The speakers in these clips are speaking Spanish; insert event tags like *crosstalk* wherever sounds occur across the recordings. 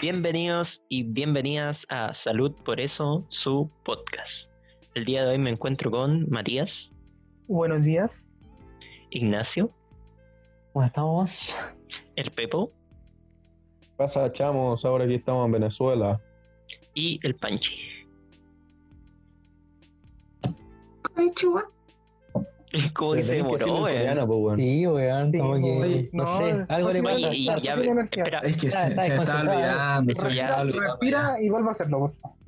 Bienvenidos y bienvenidas a Salud por Eso, su podcast. El día de hoy me encuentro con Matías, Buenos días. Ignacio, ¿Cómo estamos? el Pepo pasa, chamos? Ahora que estamos en Venezuela. y el Panchi. *laughs* Konnichiwa. Como que se eh. Pero demoró, tenés decirlo weón. en coreano, po, weón. Sí, weón, Sí, como que. oye, no, no, sé, algo le no, pasa. Y- y Está- ya, tiene energía. espera, Es que Está- se, está se está desconcentrado. olvidando, se Ya, está olvidando. Respira y vuelve a hacerlo, por favor.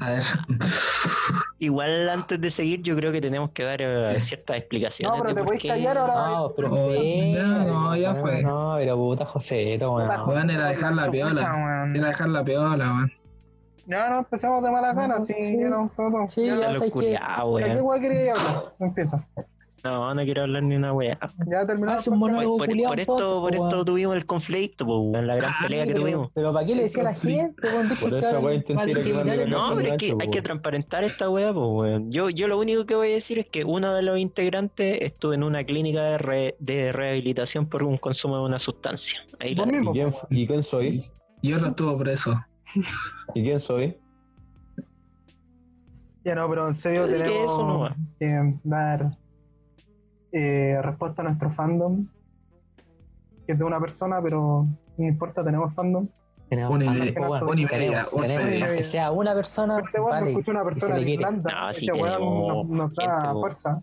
A ver, *laughs* Igual antes de seguir, yo creo que tenemos que dar eh, ciertas explicaciones. No, de pero te por podéis qué- callar ahora. eh. No, pero. Oh, espera, no, no, ya no, fue. No, pero puta José, Puta, toma. Bueno, era weón, dejar la chucha, piola. weón. voy a dejar la piola, weón. Ya no empezamos de malas No, ganas, sí, sí. ya no, no, no. Ya, Sí, ya Está sabes que. locura, ¿de ¿Qué weón. weón quería hablar? Empieza. No, no quiero hablar ni una weá. Ya Ah, terminamos. Hace un Por, monólogo por- culiao, por esto, entonces, po, por esto pues, weón. tuvimos el conflicto, po, weón, la gran Ah, pelea que Pero- tuvimos. Pero ¿para qué le decía a la gente? weón? Deja Por que eso, hablen weón, intenté mal de ir a que criminales. valga No, son pero es que ganchos, hay po, que weón. transparentar esta weá, pues, weón. Yo, yo lo único que voy a decir es que uno de los integrantes estuvo en una clínica de, re- de rehabilitación por un consumo de una sustancia. Ahí la- Vos mismo. ¿Y quién, y quién soy? Y otro estuvo preso. ¿Y quién soy? Ya no, pero en serio Yo diría tenemos eso nomás. que dar eh, respuesta a nuestro fandom, que es de una persona, pero no importa, tenemos fandom. Tenemos Una tantas idea, cosas, weón. una idea, Tenemos, una tenemos, idea. Que sea una Ah, persona. Este weón lo vale, escuchó una que se persona le de quiere. Irlanda, No, sí este tenemos weón nos, nos da gente, fuerza.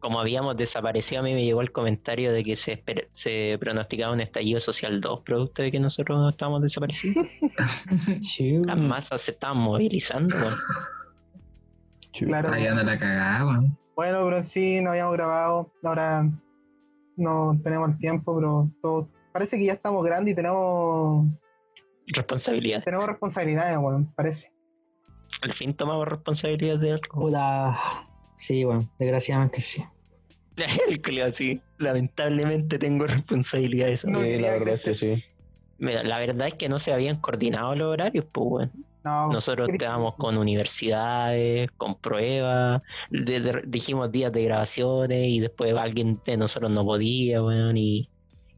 Como habíamos desaparecido, a mí me llegó el comentario de que se, esper- se pronosticaba un estallido social 2, producto de que nosotros no estábamos desaparecidos. Chiu. Las masas se estaban movilizando, weón. Chu. Eh, Claro. Ahí anda la cagada, weón. Bueno, pero en sí, no habíamos grabado, ahora no tenemos el tiempo, pero todo- parece que ya estamos grandes y tenemos, Responsabilidad. tenemos responsabilidades, weón, parece. Al fin tomamos responsabilidad de algo. Puta. Sí, bueno, desgraciadamente sí. *laughs* El culiao así. Lamentablemente tengo responsabilidad de eso. No, Sí, quería la verdad es que crecer. sí. Mira, la verdad es que no se habían coordinado los horarios, pues, weón. No, Nosotros quería- estábamos con universidades, con pruebas, de- de- dijimos días de grabaciones y después alguien de nosotros no podía, weón, y,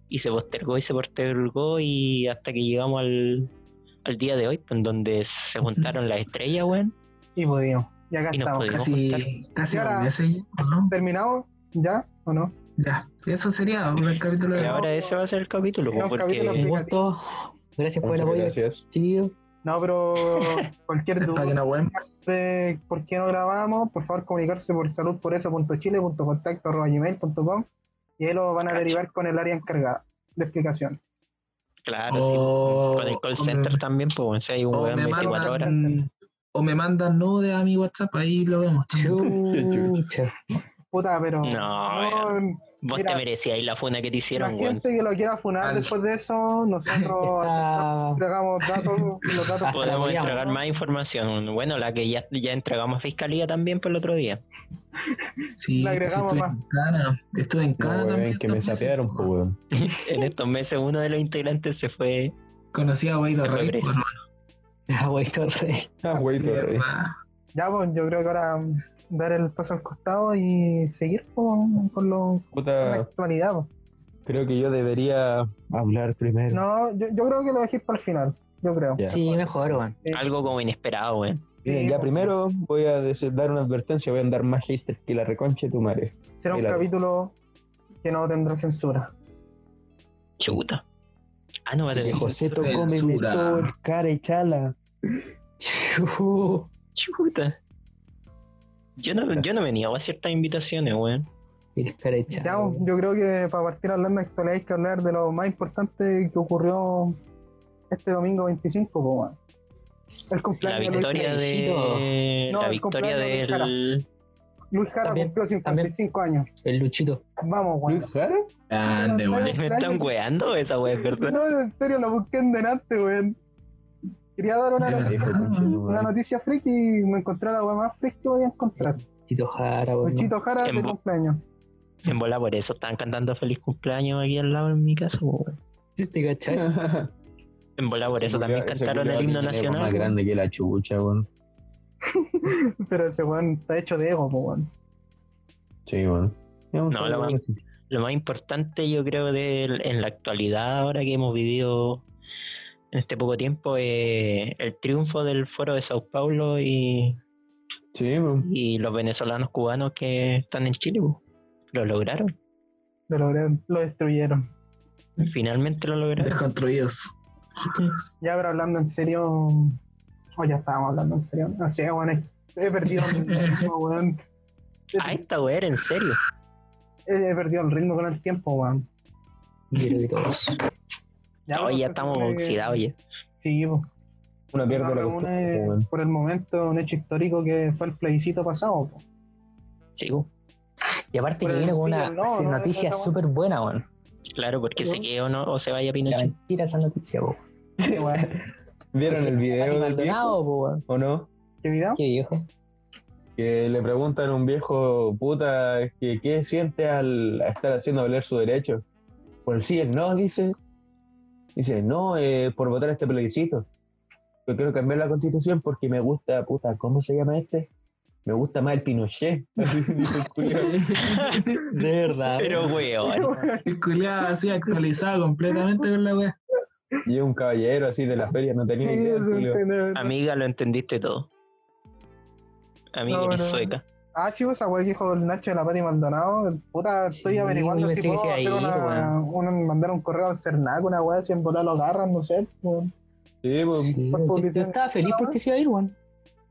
y se postergó y se postergó y hasta que llegamos al, al día de hoy, pues, en donde se juntaron las estrellas, weón. Y pudimos, y acá Y nos estamos. pudimos. Casi, casi Y ahora- dos meses, ¿no? ¿Terminado ya o no? Ya. Eso sería el capítulo Y de ahora ese va a ser el capítulo, pues, Era un porque capítulo Un Fíjate. gusto. Gracias por el Muchas apoyo, gracias. chiquillo. *laughs* *laughs* No, pero cualquier la página duda web. de por qué no grabamos, por favor comunicarse por saludporeso.chile.contacto.gmail.com y ahí lo van a Cacho. derivar con el área encargada de explicación. claro, O- sí, con el call o center me- también, pues, weón, si hay un O weón Oh, me 24 horas. mandan, o me mandan nude a mi WhatsApp, ahí lo vemos. Chucha. Puta, pero... No, Vos mira, te merecías la funa que te la hicieron, weón. gente que lo quiera funar Al- después de eso, nosotros Está. entregamos datos, los *laughs* datos Hasta la Podemos apoyamos, entregar ¿no? más información. Bueno, la que ya, ya entregamos a fiscalía también por el otro día. Sí, Le sí, agregamos estuve más. en Cana. Estuve en No, Cana weón, también. que me dos meses, sapearon, pues, po, po, weón. weón. En estos meses uno de los integrantes se fue. Conocí a Guaido Se fue Rey, preso. hermano. *laughs* Ah, güey, torre. Ah, güey, todo bien. Ya, pues yo creo que ahora mm, dar el paso al costado y seguir con, con lo- con la Puta, actualidad. pues. creo que yo debería hablar primero. No, yo, yo creo que lo dejé para el final, yo creo. Ya. Sí, mejor, weón. Sí. Algo como inesperado, weón. Miren, Sí, ya pues, primero voy a decir- dar una advertencia, voy a andar más haters que la reconcha de tu madre. Será un Mira. capítulo que no tendrá censura. Chuta. Ah, no va a Que tener. José tocó mi Censura. mentor, cara y chala. Chu. Chuta. Yo no, yo no me niego a ciertas invitaciones, weón. Y les carecha. Ya, pues, yo creo que para partir hablando de actualidad hay que hablar de lo más importante que ocurrió este domingo 25, pues, weón. El La cumpleaños de Luis victoria Luisito. de. No, la el victoria cumpleaños de Luis del. Luis Jara También, cumplió 55 años. El Luchito. Vamos, weón. ¿Luis Jara? Grande, weón. Me están weando esa weón, ¿verdad? No, en serio, la busqué en delante, weón. Quería dar una, Ya, noticia- hijo de tu chino, una weón. noticia friki y me encontré la weá más friki que voy a encontrar. Chito Jara, weón. Luchito Jara En de bo- cumpleaños. En bola por eso estaban cantando feliz cumpleaños aquí al lado en mi casa, weón. ¿Te cachai? *laughs* En bola por eso Ese también culiao- ese cantaron culiao el himno tiene la voz Más nacional. weón. grande que la chucha, weón. Pero ese weón está hecho de ego, po, weón. Sí, weón. No, la weón. lo más importante yo creo de en la actualidad ahora que hemos vivido en este poco tiempo eh, el triunfo del Foro de Sao Paulo y, Sí, weón. y los venezolanos cubanos que están en Chile. po. Lo lograron. Lo lograron, lo destruyeron. Finalmente lo lograron. Desconstruidos. Ya, pero hablando en serio. O ya estábamos hablando en serio. Así que, bueno, he perdido el *laughs* ritmo, weón. A Ah, esta weá era en serio. He, he perdido el ritmo con el tiempo, weón. Hierbitos. Hoy pues, ya se estamos supone que- oxidados ya. Sí, pues. Una Nos pierna la reúne, costumbre, pues, weón. por el momento un hecho histórico que fue el plebiscito pasado. po. Sí, po. *laughs* Y aparte Pero que viene con sí, una no, no, no, noticia no, no. súper buena, weón. claro, porque se ¿No? quede o no o se vaya La Pinochet. mentira esa noticia, po. Qué weón. ¿Vieron Sí, el video Mati del viejo Maldonado, po, weón. o no? ¿Qué video? Qué viejo. Que le preguntan a un viejo puta que qué siente al estar haciendo valer su derecho. Por el sí, el no, dice. Dice, no, eh, por votar este plebiscito. Yo quiero cambiar la constitución porque me gusta, puta, ¿cómo se llama este? Me gusta más el Pinochet. *laughs* Así dice el culiao. *laughs* De verdad. Pero weón. El culiado así actualizado completamente con la wea. y es un caballero así de la feria, no tenía Sí, idea. el culiao. no, no. Amiga, lo entendiste todo. Amiga, No, eres no. sueca. Ah, sí, esa weá que dijo el Nacho de la Pati Maldonado. Puta, estoy Sí, averiguando yo si pensé que puedo sea hacer ahí, una, un- mandar un correo al Cernac, una weá, si en volar lo agarran, no sé. po. Sí, pues, Sí, Por yo- yo, publicidad. estaba feliz porque se iba a ir, weón.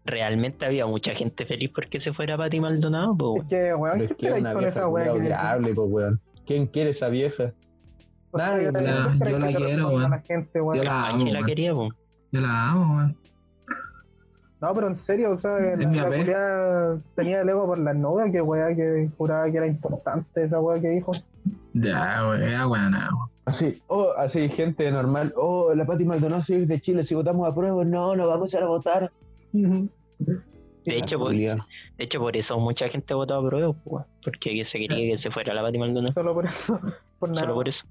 Realmente había mucha gente feliz porque se fuera Pati Maldonado, po, Es weón. que, weón, pero ¿qué es que es esperáis una con vieja esa weá? culiao que le dicen? odiable, pues, weón. ¿Quién quiere esa vieja? O sea, Nadie, ¿qué la- esperáis yo que la te quiero, responda weón. la gente, weón? Yo la amo, Apache la weón. quería, po. Yo la amo, weón. No, pero en serio, o sea, Es la, mi la apé. culiá tenía el ego por las nubes, que weá, que juraba que era importante esa weá que dijo. Ya, weá, weá, nada. Así, oh, así, gente normal. Oh, la Pati Maldonado si es de Chile, si votamos a prueba, no, no vamos a ir a votar. Ah, De hecho, por, de Julia. hecho, por eso mucha gente votó a prueba, po, weón. Porque se quería que se fuera la Pati Maldonado. Solo por eso. Por nada. Solo por eso.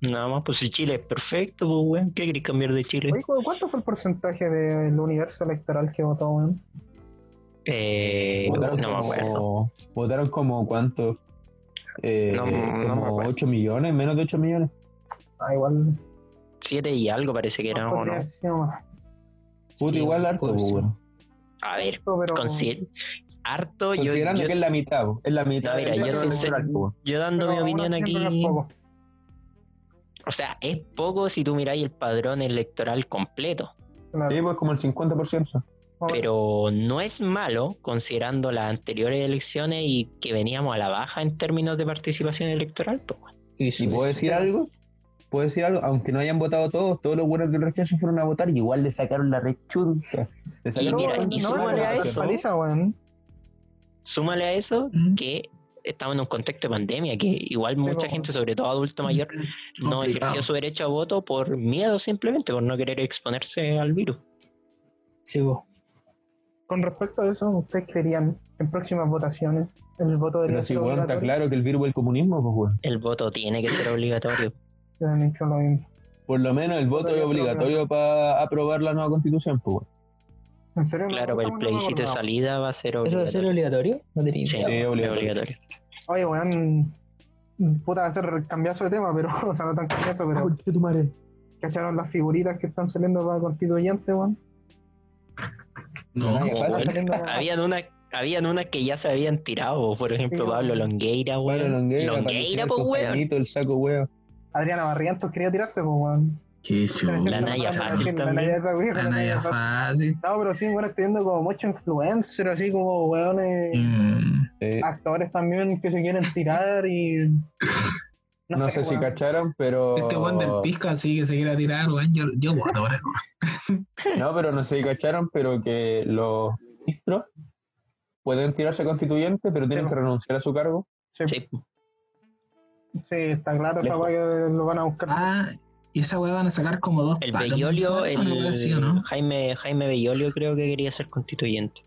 Nada más, pues si Chile es perfecto, po, weón. ¿Qué querés cambiar de Chile? Oye, ¿cu- ¿cuánto fue el porcentaje del universo electoral que votó, weón? Eh, votaron, no me acuerdo. como, votaron como cuánto? Eh, No, no me como acuerdo. 8 millones, menos de 8 millones. Ah, igual. Siete y algo parece que era, más ¿o podría no? haber sido más. Puta, Sí, igual weón, harto, pues, pues, weón. A ver, Pero, consider- harto. Yo, Considerando yo- que es la mitad, pues, es la mitad. mira, del yo voto sincer- electoral, pues. yo dando pero mi aún opinión así aquí. siempre es poco. O sea, es poco si tú miráis el padrón electoral completo, Claro. Sí, pues como el 50%. Vamos a ver. pero no es malo considerando las anteriores elecciones y que veníamos a la baja en términos de participación electoral. pues, bueno. Y ¿Y su- puedo decir algo? ¿Puedo decir algo? Aunque no hayan votado todos, todos los buenos del rechazo fueron a votar y igual le sacaron la rechunta. Le Y sacaron mira, la y rechunta. súmale a pero eso. paliza, weón. Súmale a eso Mm. que estamos en un contexto de pandemia, que igual mucha bueno. gente, sobre todo adulto mayor, no Complicado. ejerció su derecho a voto por miedo simplemente, por no querer exponerse al virus. Sí, po. Con respecto a eso, ¿ustedes creerían que en próximas votaciones el voto debería Pero si, ser weón, está obligatorio? claro que el virus es el comunismo, pues, weón. El voto tiene que ser obligatorio. Yo también creo lo mismo. Por lo menos el voto Podría es ser obligatorio para aprobar la nueva constitución, pues. weón. ¿En serio? No, Claro, esa el weá no me plebiscito de acordaba. salida va a ser ¿Eso va a ser obligatorio. obligatorio? No tenía Sí, idea, Sí, es obligatorio. obligatorio. Oye, weón, puta, va a ser cambiazo de tema, pero, *laughs* o sea, no tan cambiazo, pero cacharon las figuritas que están saliendo para constituyente, weón. No, Nadie como pasa. bueno. saliendo *laughs* Habían unas habían unas que ya se habían tirado, por ejemplo, Sí, Pablo weón. Longueira, weón. Pablo Longueira, Longueira, Patricio pues, Arcos, weón. Jaimito, el saco, weón. Adriana Barrientos quería tirarse, pues, weón. qué chulo. La Naya Fácil La también. Naya esa, weón, La la Naya Naya Fácil. fácil. No, pero sí, weón, estoy viendo como mucho influencer, así como, weón, eh, Mm. Eh, actores también que se quieren tirar y... no, sé, si weón. cacharon, pero. Este weón del pisca así que se quiera tirar, weón. Yo, yo voto, weón. *laughs* No, pero no sé si cacharon, pero que los ministros pueden tirarse constituyente, pero tienen Sí, que renunciar a su cargo. Sí, Sí, sí, está claro, esa Lejos. weá que lo van a buscar. Ah, y esa weá van a sacar como dos el palos Bellolio, mensuales, una weá el así, ¿o no? Jaime, Jaime Bellolio creo que quería ser constituyente.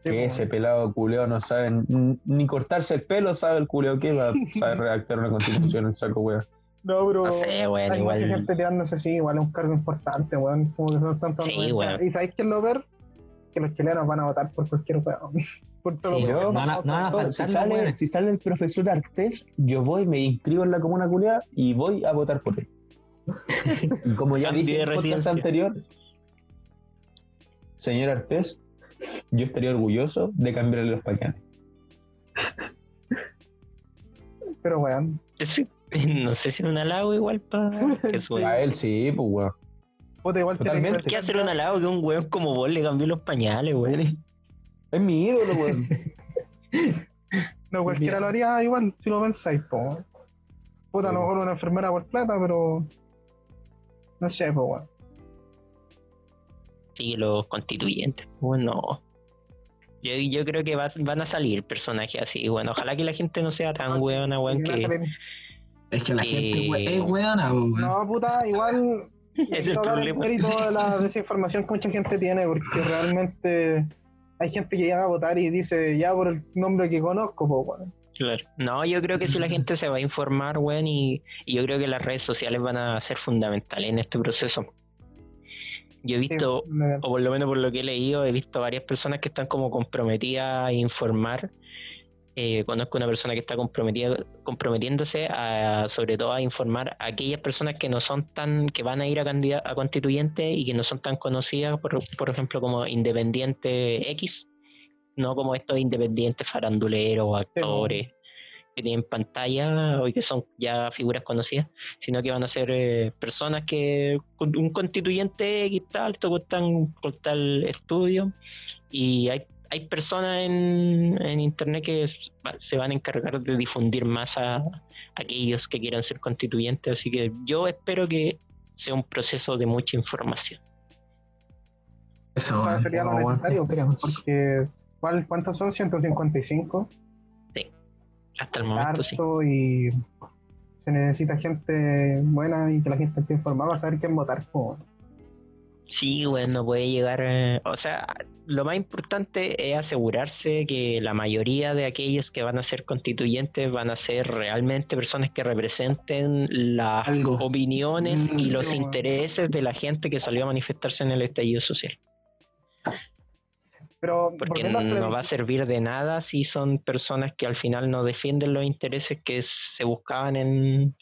sí, que pues, ese pelado culeo no sabe n- ni cortarse el pelo, sabe el culeo que va a *laughs* saber redactar una constitución, el saco, weón. No, pero... No sé, weón, Hay mucha igual. gente tirándose, sí, igual es un cargo importante, weón. Como que son tantos. Sí, weón. weón. Y sabéis que es lo peor? Que los chilenos van a votar por cualquier weón. *laughs* Por solo Sí, por- weón. no van a- por- no van a por- faltar. Si Están los sale, weones. si sale *laughs* el profesor Artés, yo voy, me inscribo en la comuna culiada y voy a votar por él. Y Como ya Cambio dije en de el podcast residencia. anterior, señor Artés, yo estaría orgulloso de cambiarle los pañales. Pero weón, Es- *laughs* no sé si es un halago igual para que *laughs* A suene. él sí, pues, weón. puta igual te Totalmente. ¿Por qué hacer un halago que un weón como vos le cambió los pañales, weón? Es mi ídolo, *laughs* weón. No pues, cualquiera lo haría igual, si lo pensáis, po. weón. Puta, a lo mejor una enfermera por plata, pero. No sé, po, weón. Sí, los constituyentes, weón, no. Yo, yo creo que vas- van a salir personajes así, bueno, ojalá que la gente no sea tan weona, weón, Porque van a que salir- Es que la Sí. gente we- es weona, po, weón. No, puta, igual. *laughs* es el no dar problema. mérito de la desinformación que mucha gente tiene, porque realmente hay gente que llega a votar y dice ya por el nombre que conozco, po, weón. Claro. No, yo creo que *laughs* si la gente se va a informar, weón, y, y yo creo que las redes sociales van a ser fundamentales en este proceso. Yo he visto, Me- o por lo menos por lo que he leído, he visto varias personas que están como comprometidas a informar. Eh, conozco una persona que está comprometida, comprometiéndose a, sobre todo a informar a aquellas personas que no son tan, que van a ir a candida- a constituyente y que no son tan conocidas, por, por ejemplo, como independiente X, no como estos independientes faranduleros o actores que tienen pantalla o que son ya figuras conocidas, sino que van a ser eh, personas que con- un constituyente X tal, tocó tan- con tal estudio y hay, hay personas en, en internet que es- va- se van a encargar de difundir más a, aquellos que quieran ser constituyentes, así que yo espero que sea un proceso de mucha información. Eso, Para weón. sería lo weón. necesario, Esperamos. porque ¿cuál- ¿cuántos son? 155. Hasta el momento sí. Harto y se necesita gente buena y que la gente esté informada para saber quién votar, po, weón. Sí, bueno, puede llegar. eh, o sea, lo más importante es asegurarse que la mayoría de aquellos que van a ser constituyentes van a ser realmente personas que representen las Algo. opiniones y Mm, los bueno. intereses de la gente que salió a manifestarse en el estallido social. Pero Porque volviendo al no va a plebiscito- servir de nada si son personas que al final no defienden los intereses que se buscaban en,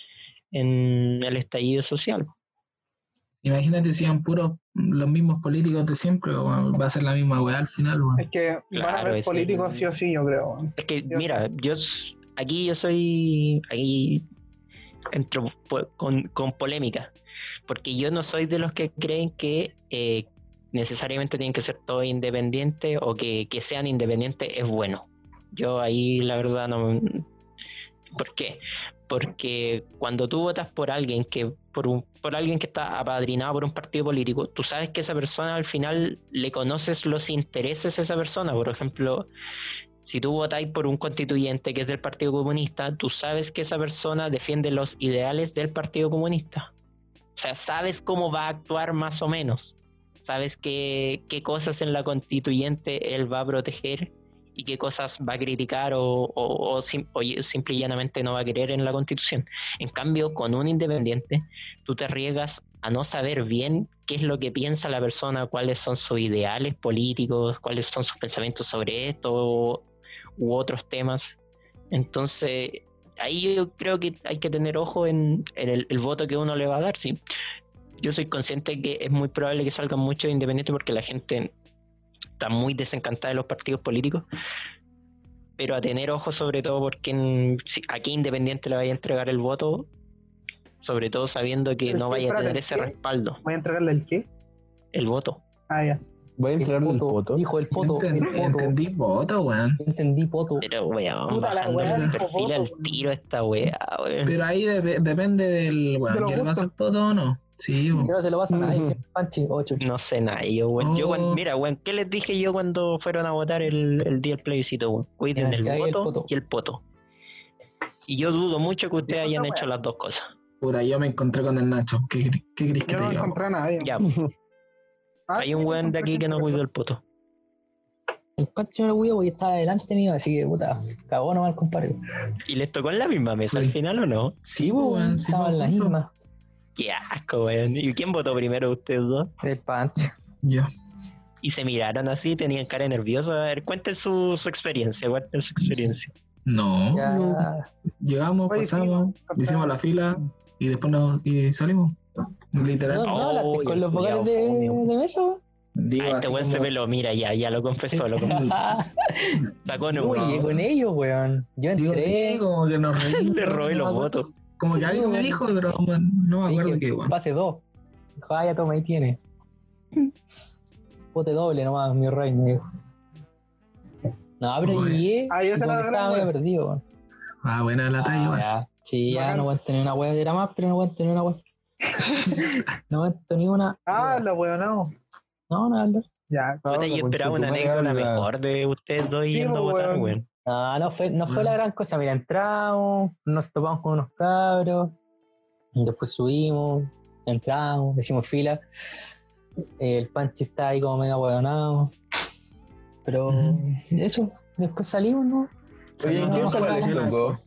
en el estallido social. Imagínate si eran puros los mismos políticos de siempre, weón. Va a ser la misma weá al final, weón. Es que van a Claro, haber ese- políticos sí o sí, yo creo. weón. Es que, Yo mira, yo s- aquí yo soy. Aquí entro po- con, con polémica. Porque yo no soy de los que creen que eh, necesariamente tienen que ser todos independientes o que, que sean independientes es bueno. Yo ahí, la verdad, no. ¿Por qué? Porque cuando tú votas por alguien que por, un, por alguien que está apadrinado por un partido político, tú sabes que esa persona al final le conoces los intereses a esa persona. Por ejemplo, si tú votáis por un constituyente que es del Partido Comunista, tú sabes que esa persona defiende los ideales del Partido Comunista. O sea, sabes cómo va a actuar más o menos. Sabes qué, qué cosas en la constituyente él va a proteger y qué cosas va a criticar o, o- o sim- o ye- simple y llanamente no va a querer en la constitución. En cambio, con un independiente, tú te arriesgas a no saber bien qué es lo que piensa la persona, cuáles son sus ideales políticos, cuáles son sus pensamientos sobre esto u otros temas. Entonces, ahí yo creo que hay que tener ojo en, en el, el voto que uno le va a dar. Sí. Yo soy consciente que es muy probable que salgan muchos independientes porque la gente está muy desencantada de los partidos políticos. Pero a tener ojo sobre todo por quién- si- a qué independiente le vaya a entregar el voto, sobre todo sabiendo que Pero no es que, vaya a espérate, tener ese ¿qué? respaldo, ¿Voy a entregarle el qué? el voto. Ah, ya. Voy a entrar del foto. Dijo el poto. Enten- El poto. entendí voto, weón. Entendí poto. Pero weón, Puta, la bajando weá el dijo perfil voto, al weón. tiro esta weá, weón. Pero ahí debe- depende del De weón. los ¿Quiere gustos. pasar voto o no? Sí, Que weón. no se lo vas a nadie. Ujú. ¿sí? Panchi, ocho. No sé nada, yo, weón. Yo, No. Oh. cuan- mira, weón, ¿qué les dije yo cuando fueron a votar el, el día del plebiscito, weón? Cuiden Ya, el que hay el voto, poto. y el poto. Y yo dudo mucho que ustedes Dijo hayan esa hecho weá. las dos cosas. Puta, yo me encontré con el Nacho. ¿Qué, cre- qué crees que Yo te no diga? encontré a nadie. Ya, Ah, hay sí, un weón de encontré aquí que no gente, cuidó el poto. El Panchi no lo cuido porque estaba delante mío, así que puta, cagó nomás el compadre. ¿Y les tocó en la misma mesa al Sí. final o no? Sí, po, weón. sí, estaba po, en la justo. misma. Qué asco, weón. ¿Y quién votó primero ustedes dos? El Panchi. Ya. Y se miraron así, tenían cara nerviosa. A ver, cuenten su, su experiencia, cuenten su experiencia. No. Ya. Llegamos, Oye, sí, pasamos, encontré- hicimos la fila y después nos y salimos. Literal. No, no, hablaste Oh, con el los vocales de, culiao. de mesa, weón. Digo, Ah, este así weón se como- peló, mira, ya, ya lo confesó, lo *laughs* confesó. Ah, Sacó no, Yo weón. llegué con ellos, weón. Yo Digo, entré. sí, como que nos reímos. *laughs* Le robé no los me acuerdo. votos. Como que Sí, alguien me weón. dijo, pero no, no me acuerdo Dije, qué, weón. Pase dos. Dijo, ah, ya toma, ahí tiene. Bote doble nomás, mi rey, me dijo. No, pero Oye. llegué. Ah, ya y se como la que gané, estaba medio weón. perdido, weón. Ah, buena la talla, Ah, weón. ya. Sí, ya Bacán. no voy a tener una weá, era más, pero no voy a tener una *laughs* weá. no voy a tener una. Ah, weá. la weón, no. no, no, no. Ya. Puta, yo esperaba una anécdota mejor de ustedes dos yendo a pues, votar, weón. weón. No, no fue, no fue Bueno. la gran cosa. Mira, entramos, nos topamos con unos cabros, y después subimos, entramos, hicimos fila. Eh, El panche está ahí como medio hueonado. Pero Ujú. eso, después salimos, ¿no? Oye, ¿en no, ¿qué no, escuela no, te no, tocó?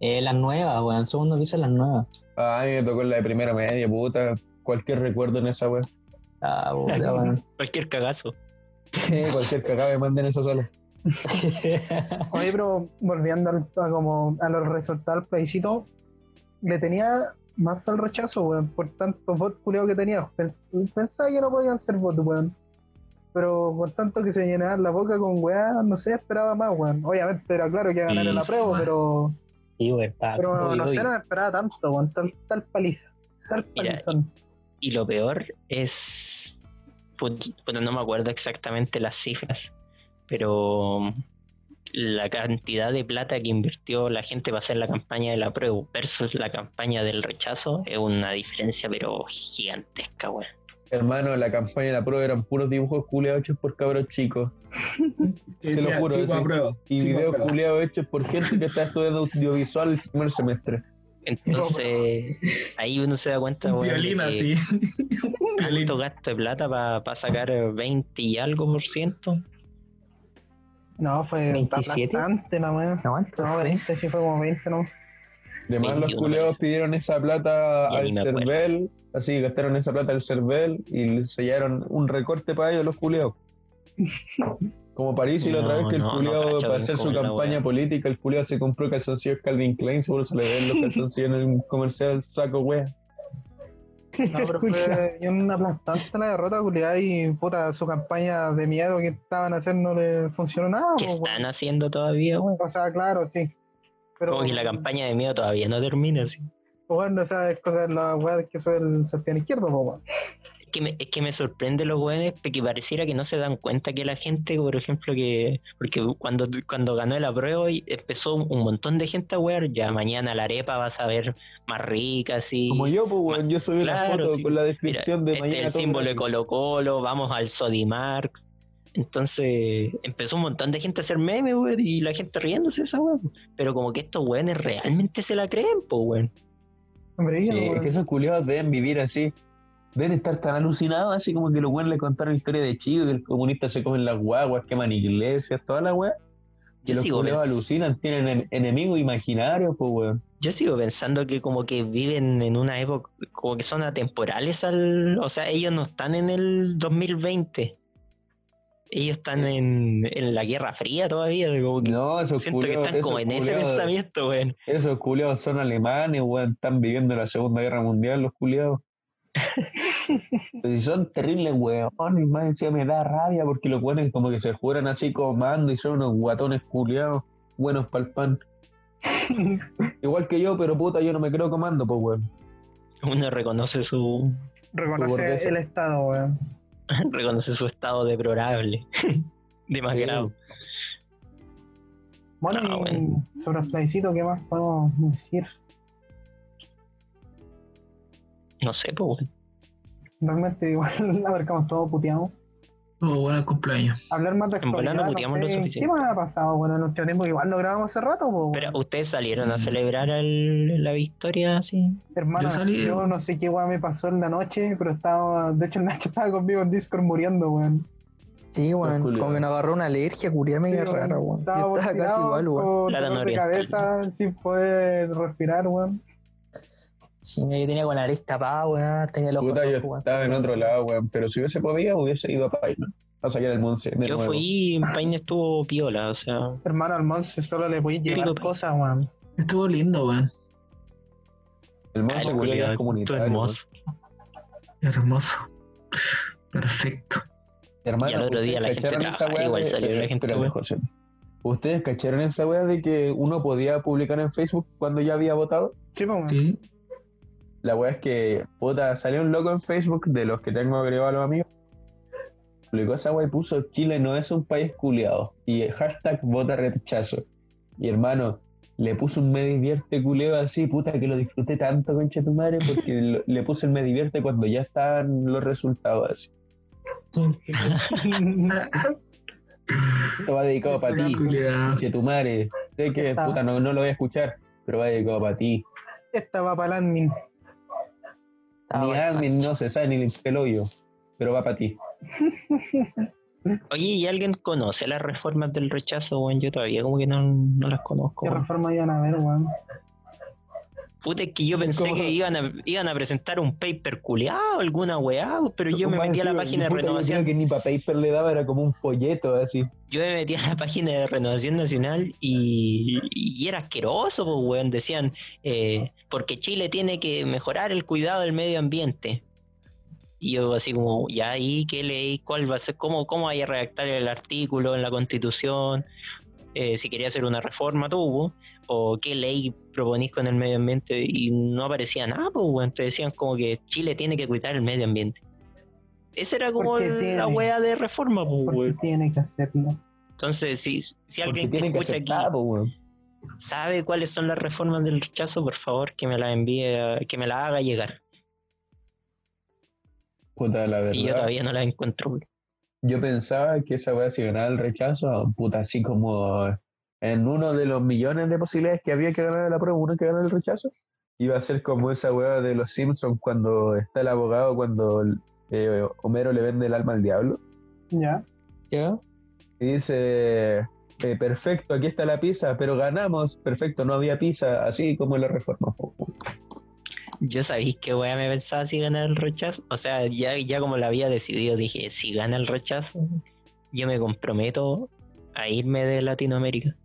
Eh, las nuevas, weón, segundo piso las nuevas. Ah, a mí me tocó en la de primera media, puta. Cualquier recuerdo en esa wea. Ah, *laughs* puta, weón. Cualquier cagazo. Cualquier cagada me manden esa sala. Oye, pero volviendo al- a, como a los resultados del plebiscito, le tenía más al rechazo, weón, por tantos votos culiados que tenía. Pen- Pensaba que no podían ser votos, weón. Pero por tanto que se llenaban la boca con weá, no sé, esperaba más, weón. Obviamente era claro que iba a ganar Sí. el apruebo, pero, sí, weón, está. pero uy, no uy. sé, no me esperaba tanto, weón. Tal, tal paliza. Tal Mira, palizón. Y lo peor es. put- Bueno, no me acuerdo exactamente las cifras, pero la cantidad de plata que invirtió la gente para hacer la campaña de la prueba versus la campaña del rechazo es una diferencia, pero gigantesca, weón. Hermano, la campaña de la prueba eran puros dibujos culeados hechos por cabros chicos. Te lo juro, sí. Y videos culeados hechos por gente que está estudiando audiovisual el primer semestre. *laughs* Entonces, ahí uno se da cuenta, weón. de Violina, que sí. Violín. Tanto gasto de plata para sacar 20 y algo por ciento. No, fue 27? bastante la weá. No, aguanta. No, 20, sí fue como *laughs* 20, ¿no? Además, los 21 culeados parece. pidieron esa plata Ya ni al me acuerdo. Cervel, así gastaron esa plata al Cervel y le sellaron un recorte para ellos los culeados. Como París y la otra No, vez que el no, no culeado cacho para bien hacer su cómo es la campaña weá. política, el culeado se compró calzoncillos Calvin Klein, seguro se le ven los calzoncillos en el comercial saco wea. No, pero fue bien una aplastante la derrota, culiada, y puta, su campaña de miedo que estaban haciendo no le funcionó nada. Oh, ¿Qué po, están weón. haciendo todavía, weón? O sea, claro, sí. Pero, Como que la Oh. campaña de miedo todavía no termina, sí. Bueno, o sea, es cosa de la weá que soy el serpiente izquierdo, po, weón. Es que me, es que me sorprende los weones que pareciera que no se dan cuenta que la gente, por ejemplo, que. Porque cuando, cuando ganó el apruebo y empezó un montón de gente a wear, ya mañana la arepa va a ver más rica, así. Como yo, pues, weón, yo subí Claro, una foto sí. con la Mira, descripción de este es mañana. el todo símbolo de gratis. Colo Colo, vamos al Sodimarx. Entonces empezó un montón de gente a hacer memes, weón, y la gente riéndose de esa weón. Pero como que estos weones realmente se la creen, pues, weón. Hombre, Sí, yo, es weón. que Eh, esos culiados deben vivir así. Deben estar tan alucinados, así como que los weones le contaron historias de chicos, que los comunistas se comen las guaguas, queman iglesias, toda la weá. Yo Que los sigo culiados pens- alucinan, tienen en- enemigos imaginarios, pues weón. Yo sigo pensando que como que viven en una época, como que son atemporales al... O sea, ellos no están en el 2020. Ellos están en, en la Guerra Fría todavía. Como que No, esos siento que culiados. están como en ese pensamiento, weón. esos culiados son alemanes, weón, están viviendo la Segunda Guerra Mundial, los *laughs* culiados. Pero si son terribles, weón, y más encima me da rabia porque los weones como que se juran así comando y son unos guatones culiados, buenos pa'l pan. *laughs* Igual que yo, pero puta, yo no me creo comando, pues weón. Uno reconoce su, *laughs* Reconoce Gordeza. el Estado, weón. reconoce su estado deplorable. *laughs* De más Sí. grado. Bueno, No, y weón. sobre el plebiscito, ¿qué más podemos decir? No sé, pues, weón. Realmente, *laughs* igual abarcamos todo puteado. Oh, bueno, cumpleaños. Hablar más de En volando actualidad, puteamos lo no sé, ¿qué suficiente. más ha pasado? Bueno, en nuestro tiempo igual lo grabamos hace rato, po, weón. Pero ustedes salieron a Mm. celebrar el- la victoria, así. Hermano, Yo yo, salí- no sé qué weá me pasó en la noche, pero estaba. De hecho, el Nacho estaba conmigo en Discord muriendo, weón. Sí, weón, culiao. como que nos agarró una alergia, curia media Sí, weón, rara, weón. Yo Estaba, estaba casi tirado igual, weón. con Plátano dolor de oriental. cabeza, sin poder respirar, weón. Sí, yo tenía con la nariz tapada, weón, tenía los Puta, yo rojos, weón. estaba en otro lado, weón, pero si hubiese podido, hubiese ido a Paima, a sacar el Monse. de Yo nuevo. fui, Paine estuvo piola, o sea. Hermano, al Monse solo le podía llevar Típico país. cosas, weón. Estuvo lindo, weón. El Ay, monzo culiao ya culiao, es tú comunitario. hermoso. Hermoso. Perfecto. Hermano, Y al otro día la ¿ustedes gente cacharon trabaja, esa weá igual de- salió la espérate, gente, espérate, weón. José. ¿Ustedes cacharon esa weá de que uno podía publicar en Facebook cuando ya había votado? Sí, pues, weón. *laughs* Sí. La weá es que, puta, salió un loco en Facebook de los que tengo agregado a los amigos. Publicó esa weá y puso Chile no es un país culeado. Y el hashtag vota rechazo. Y hermano, le puso un me divierte culeo así, puta, que lo disfruté tanto, concha tu madre, porque lo- le puse el me divierte cuando ya estaban los resultados así. Ah, Esto va dedicado para ti, Culeado. concha tu madre. Sé que, Está. puta, no, no lo voy a escuchar, pero va dedicado para ti. Esta va para el admin. Estaba Ni bueno. admin no se sabe ni limpiar el hoyo, pero va para ti. Oye, ¿y alguien conoce las reformas del rechazo, weón? Yo todavía como que no, no las conozco. ¿Qué weón. reforma iban a ver, weón? Puta, es que yo pensé ¿Cómo? que iban a, iban a presentar un paper culeado, alguna weá, pero yo me Más metí a la encima, página de puta, yo creo renovación. que ni para paper le daba, era como un folleto así. Yo me metí a la página de Renovación Nacional y, y era asqueroso, pues, weón. Decían, eh, porque Chile tiene que mejorar el cuidado del medio ambiente. Y yo así como, ¿y ahí qué leí? ¿Cuál va a ser? ¿Cómo, cómo hay a redactar el artículo en la Constitución? Eh, si quería hacer una reforma, tuvo. ¿O qué ley proponís con el medio ambiente? Y no aparecía nada, pues, weón. Te decían como que Chile tiene que cuidar el medio ambiente. Esa era como Porque la tiene. wea de reforma, pues, Porque weón. tiene que hacerlo. Entonces, si, si Porque alguien que tienen que escucha aquí aceptar, po, weón. sabe cuáles son las reformas del rechazo, por favor que me la envíe, a- que me la haga llegar. Puta, la verdad. Y yo todavía no la encuentro. güey. yo pensaba que esa weá se ganaba el rechazo, puta, así como en uno de los millones de posibilidades que había que ganar la prueba, uno que ganara el rechazo, iba a ser como esa weá de los Simpsons cuando está el abogado, cuando eh, Homero le vende el alma al diablo. Ya. ¿Ya? Y dice, eh, perfecto, aquí está la pizza, pero ganamos, perfecto, no había pizza, así como la reforma. Yo sabéis que weá me pensaba si ganar el rechazo. O sea, ya, ya como la había decidido, dije, si gana el rechazo, yo me comprometo a irme de Latinoamérica.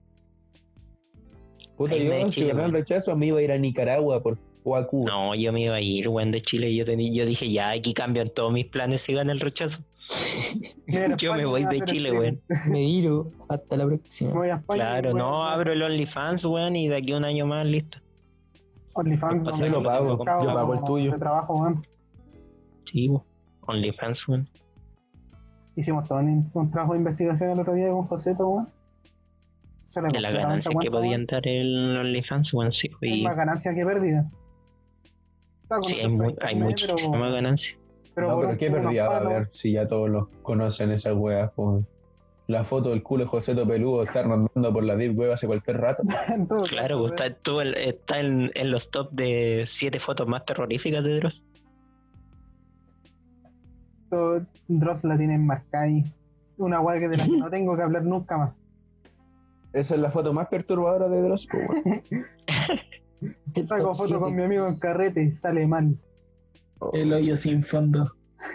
Puta, Ahí me yo si chile, ganaba el weón. rechazo me iba a ir a Nicaragua por, o a Cuba. No, yo me iba a ir, weón, de Chile. Yo, tení- yo dije, ya, aquí cambian todos mis planes si gana el rechazo. *laughs* Yo me voy de Chile, weón. Me viro. Hasta la próxima. Voy a España. Claro, no, abro el OnlyFans, weón, y de aquí a un año más, listo. OnlyFans. Yo no, lo yo lo me pago, acabo yo pago el tuyo. De trabajo, weón. Sí, bo. OnlyFans, weón. Hicimos todo un, un trabajo de investigación el otro día con Joseto, weón. Se le De las compró la ganancias cuenta, que weón. podían dar el OnlyFans, weón, sí. Es Y, más ganancia que pérdida. Está con sí, hay, nosotros mu- internet, hay muchas pero- más ganancias. *laughs* no, por pero qué unos perdida va a palos. haber si ya todos los conocen esas weas. po. La foto del culo de Joseto Peludo está rondando por la Deep Web hace cualquier rato. En todo Claro, caso, bo, está, estuvo el- está en, en los top de siete fotos más terroríficas de Dross. esto, Dross la tiene marcada ahí. Una weá que de la que no tengo que hablar *laughs* nunca más. Esa es la foto más perturbadora de Dross. po, weón. Del Saco top foto siete. con mi amigo en carrete y sale mal. El hoyo sin fondo. *laughs*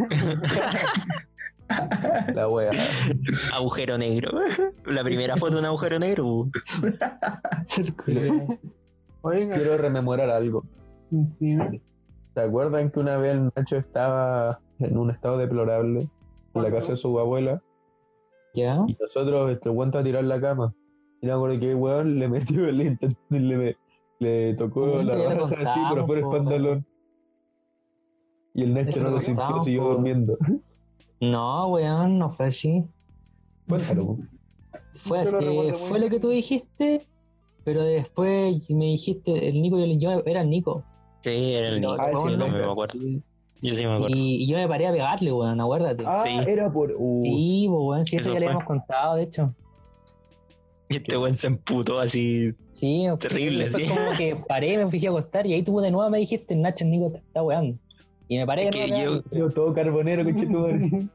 La wea. Agujero negro. *laughs* La primera foto de un agujero negro. bo. Oiga, Quiero rememorar algo. sí, ¿no? ¿Se acuerdan que una vez el Nacho estaba en un estado deplorable en la casa de su abuela? ¿Ya? Y nosotros, este weón estaba tirado en la cama. Y no acuerdo que el weón le metió el intent- le, me- le tocó Eso la ya lo raja así, pero fuera contamos, el po. pantalón. Y el Nacho Eso no lo lo sintió, contamos, siguió po. *laughs* durmiendo. No, weón, no fue así. Cuéntalo, po. Fue, Yo lo eh, recuerdo muy fue lo que tú dijiste, pero después me dijiste, el Nico, yo, le- yo era el Nico. Sí, era el Lo- Nico. Ah, lo- sí, el no, Nico. me acuerdo. Sí. Yo sí me acuerdo. Y, y yo me paré a pegarle, weón, acuérdate. Ah, Sí. era por. uh, sí, po, weón, sí, eso, Eso ya le fue. habíamos contado, de hecho. Y este weón se emputó así. Sí, Terrible, fue sí. como que paré, me fijé a acostar y ahí tú de nuevo me dijiste, Nacho, el Nico te está weando. Y me paré. Es de que nuevo a yo- pegarle. Yo todo carbonero, *laughs* conchetumare.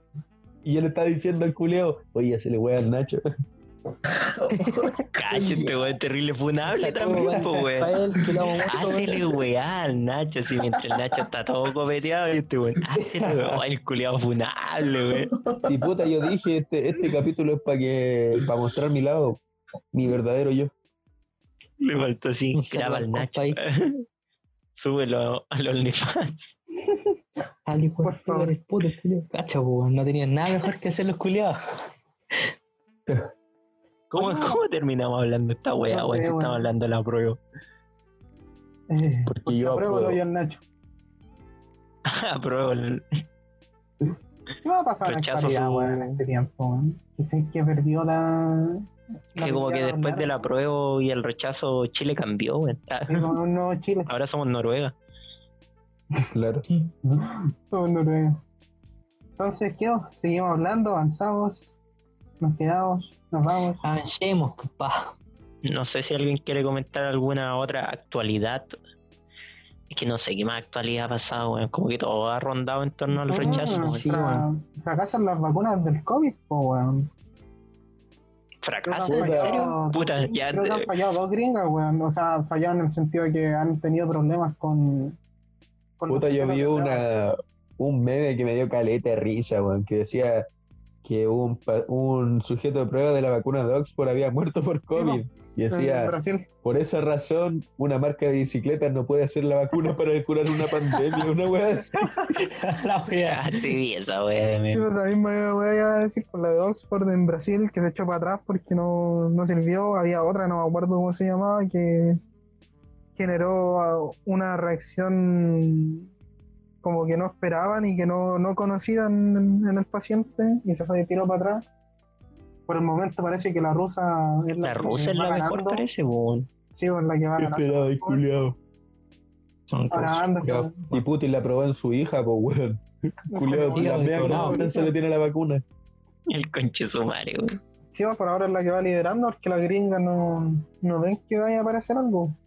Y yo le estaba diciendo al culeo, oye, se le voy al Nacho. *laughs* Cacho, este weón terrible funable Sacó, también, po, weón. Para él, que lo amo mucho, Hácele weá al Nacho, así mientras el Nacho está todo copeteado, y este weón, hácele weá, el culiado funable, weón. Y puta, yo dije, este, este capítulo es para que para mostrar mi lado, mi verdadero yo. Le faltó así, Un saludo graba al al Nacho. compa ahí. súbelo al OnlyFans. Al igual Por tú favor. eres puto, culiao. Cacha, po, weón, no tenían nada mejor que hacer los culiados. ¿Cómo, ¿Cómo terminamos hablando de esta weá, Ah. No weón? sé, Si weón. estamos hablando de la prueba. *laughs* *laughs* Eh, Porque yo apruébalo, apruebo. John Nacho. Apruebo el- ¿Qué va a pasar en Rechazo actualidad, su- weón, en este tiempo, weón? Dicen que perdió la. la que como que habilidad después de la prueba y el rechazo, Chile cambió, weón. Ah, hablar. Sí, Con un nuevo Chile. *laughs* Ahora somos Noruega. Claro. Somos Noruega. Entonces, ¿qué? Seguimos hablando, avanzamos, nos quedamos, nos vamos. Ah, Avancemos, papá. No sé si alguien quiere comentar alguna otra actualidad. Es que no sé qué más actualidad ha pasado, weón. Como que todo ha rondado en torno al Ah, rechazo, weón. sí. fra- weón. Fracasan las vacunas del COVID, po, weón. Creo que ¿Fracaso? han ¿En serio? fallado- Puta, ya. Creo que han fallado dos gringas, weón. O sea, fallado en el sentido de que han tenido problemas con. con Puta, los yo vi primeros de- una, un meme que me dio caleta de risa, weón, que decía que un, pa- un sujeto de prueba de la vacuna de Oxford había muerto por COVID. Y en decía, Brasil. por esa razón, una marca de bicicletas no puede hacer la vacuna para curar una pandemia, una weá así. *laughs* la wea. *laughs* Ah, sí, vi esa weá. Sí, me- pues, esa misma voy a decir con la de Oxford en Brasil que se echó para atrás porque no, no sirvió. Había otra, no me acuerdo cómo se llamaba, que generó ah, una reacción como que no esperaban y que no, no conocían en, en el paciente y se fue de tiro para atrás. Por el momento parece que la rusa es la, La que rusa es va la mejor, ganando. parece, weón. Sí, es la que va ganando. Esperado, y Este culiao. Son Ah. Ahora anda, pues, Ya, Y Putin la probó en su hija, pues weón. Culiao, Sí, la weón, mea no. confianza le tiene la vacuna. El conche sumario, weón. Sí, pues, por ahora es la que va liderando, porque la gringa no, no ven que vaya a aparecer algo.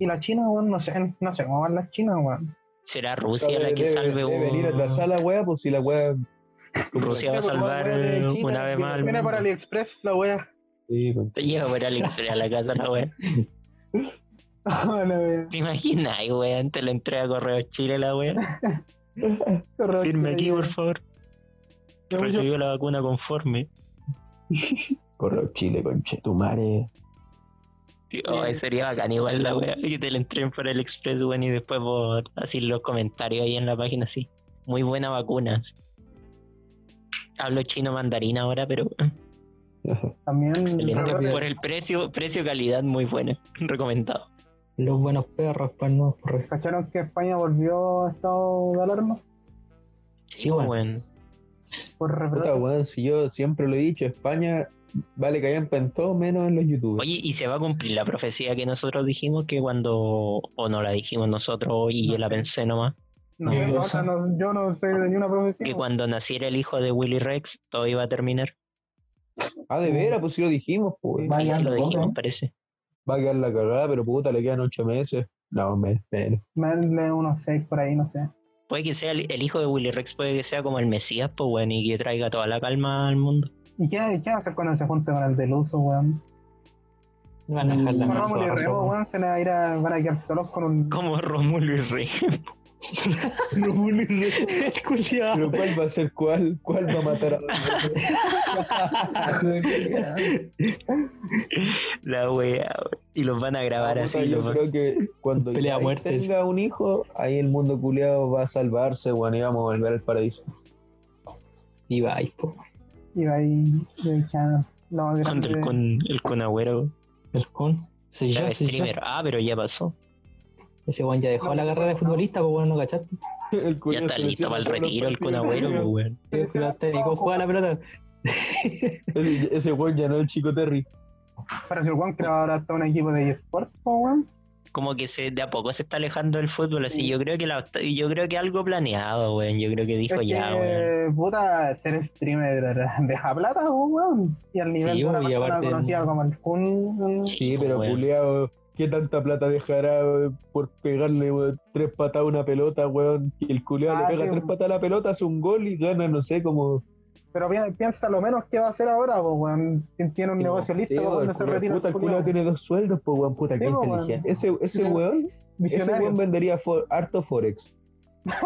Y la China, weón, no sé, no sé cómo van las chinas, weón. ¿Será Rusia la que Debe- salve, debe venir weón? atrás a la weá, pues si la weá. Rusia va a pues, salvar eh, una vez más al Viene mundo. para AliExpress la wea. *laughs* Sí, weón. Te llega para Alex- a la casa la weá. Ah, la wea. ¿Te imaginas, Ay, weón? Te la entrega Correo Chile la weá. Correo Firme Chile, aquí, weón. por favor. Yo- Recibió la vacuna conforme. Correo Chile, conchetumare. Tío, ay, sería bacán igual la weá. Que te la entreguen para el Express, weón, y después vos así los comentarios ahí en la página, así. Muy buena vacuna. así. Hablo chino mandarín ahora, pero Mm, También excelente. correo- Por el precio, precio calidad muy buena. Recomendado. Los buenos perros, para no correr. ¿Cacharon que España volvió a estado de alarma? Sí, weón. weón. Por Puta, rebrote. weón, si yo siempre lo he dicho, España vale que hayan todo menos en los youtubers. Oye, ¿y se va a cumplir la profecía que nosotros dijimos que cuando, o no la dijimos nosotros y yo la pensé nomás, No, Oye, sé, yo o sea, no- yo no sé de ninguna profecía. que weón. cuando naciera el hijo de Willy Rex todo iba a terminar? Ah, de veras, pues si lo dijimos, pues. Sí, Vaya, lo loco, dijimos, ¿no? parece. Va a quedar la cagada, pero puta, le quedan ocho meses. No, me espero. Manle unos seis por ahí, no sé. Puede que sea el, el hijo de Willy Rex, puede que sea como el Mesías, pues bueno, y que traiga toda la calma al mundo. *laughs* ¿Y qué, qué va a hacer cuando se junte con el del uso, weón? Van a dejar la Con mesa Rómulo y barra, Remo, weón. weón, se le va a ir a, van a quedar solos con un. Como Romulo y Rex. *laughs* El culiao. Pero ¿cuál va a ser cuál? ¿Cuál va a matar a *laughs* La wea, wea. Y los van a grabar Ah, puta, así. Yo los van- creo que cuando Pelea a ya muertes. tenga un hijo, ahí el mundo culeado va a salvarse, weón, y vamos a volver al paraíso. *laughs* Y va, y po. Y de ahí, de ahí ya, no, Cuando el grande. con, el con agüero El con. Soy yo, era soy yo. streamer. Ah, pero ya pasó. Ese weón ya dejó la carrera de futbolista, pues bueno, no cachaste. El Ya culiao está se listo lesiona para el todos los retiro el con partidos, agüero, pues weón. weón. El técnico juega la pelota. *laughs* Ese- Ese weón ya no es el chico Terry. Pero si el Juan creó ahora hasta un equipo de eSports, po, weón. como que se de a poco se está alejando del fútbol así Sí. yo creo que la, yo creo que algo planeado weón yo creo que dijo Es ya que, weón puta, ser streamer deja plata, po, weón. Y al nivel Sí, de una y persona aparte- conocida como el Kun, weón. Sí, Sí, pero weón. culiao, ¿qué tanta plata dejará weón, por pegarle weón, tres patas a una pelota, weón? Y el culiao Ah, le pega sí, tres weón. patas a la pelota, hace un gol y gana, no sé, como... Pero pi- piensa lo menos que va a hacer ahora, po, weón. Tien- Tiene un negocio listo, Sí, po, weón, no se culiao, retira puta, su el culiao weón. tiene dos sueldos, pues, weón, puta, Sí, qué po, inteligente. Ese, ese Sí. weón, ese Visionario. weón vendería for- harto Forex.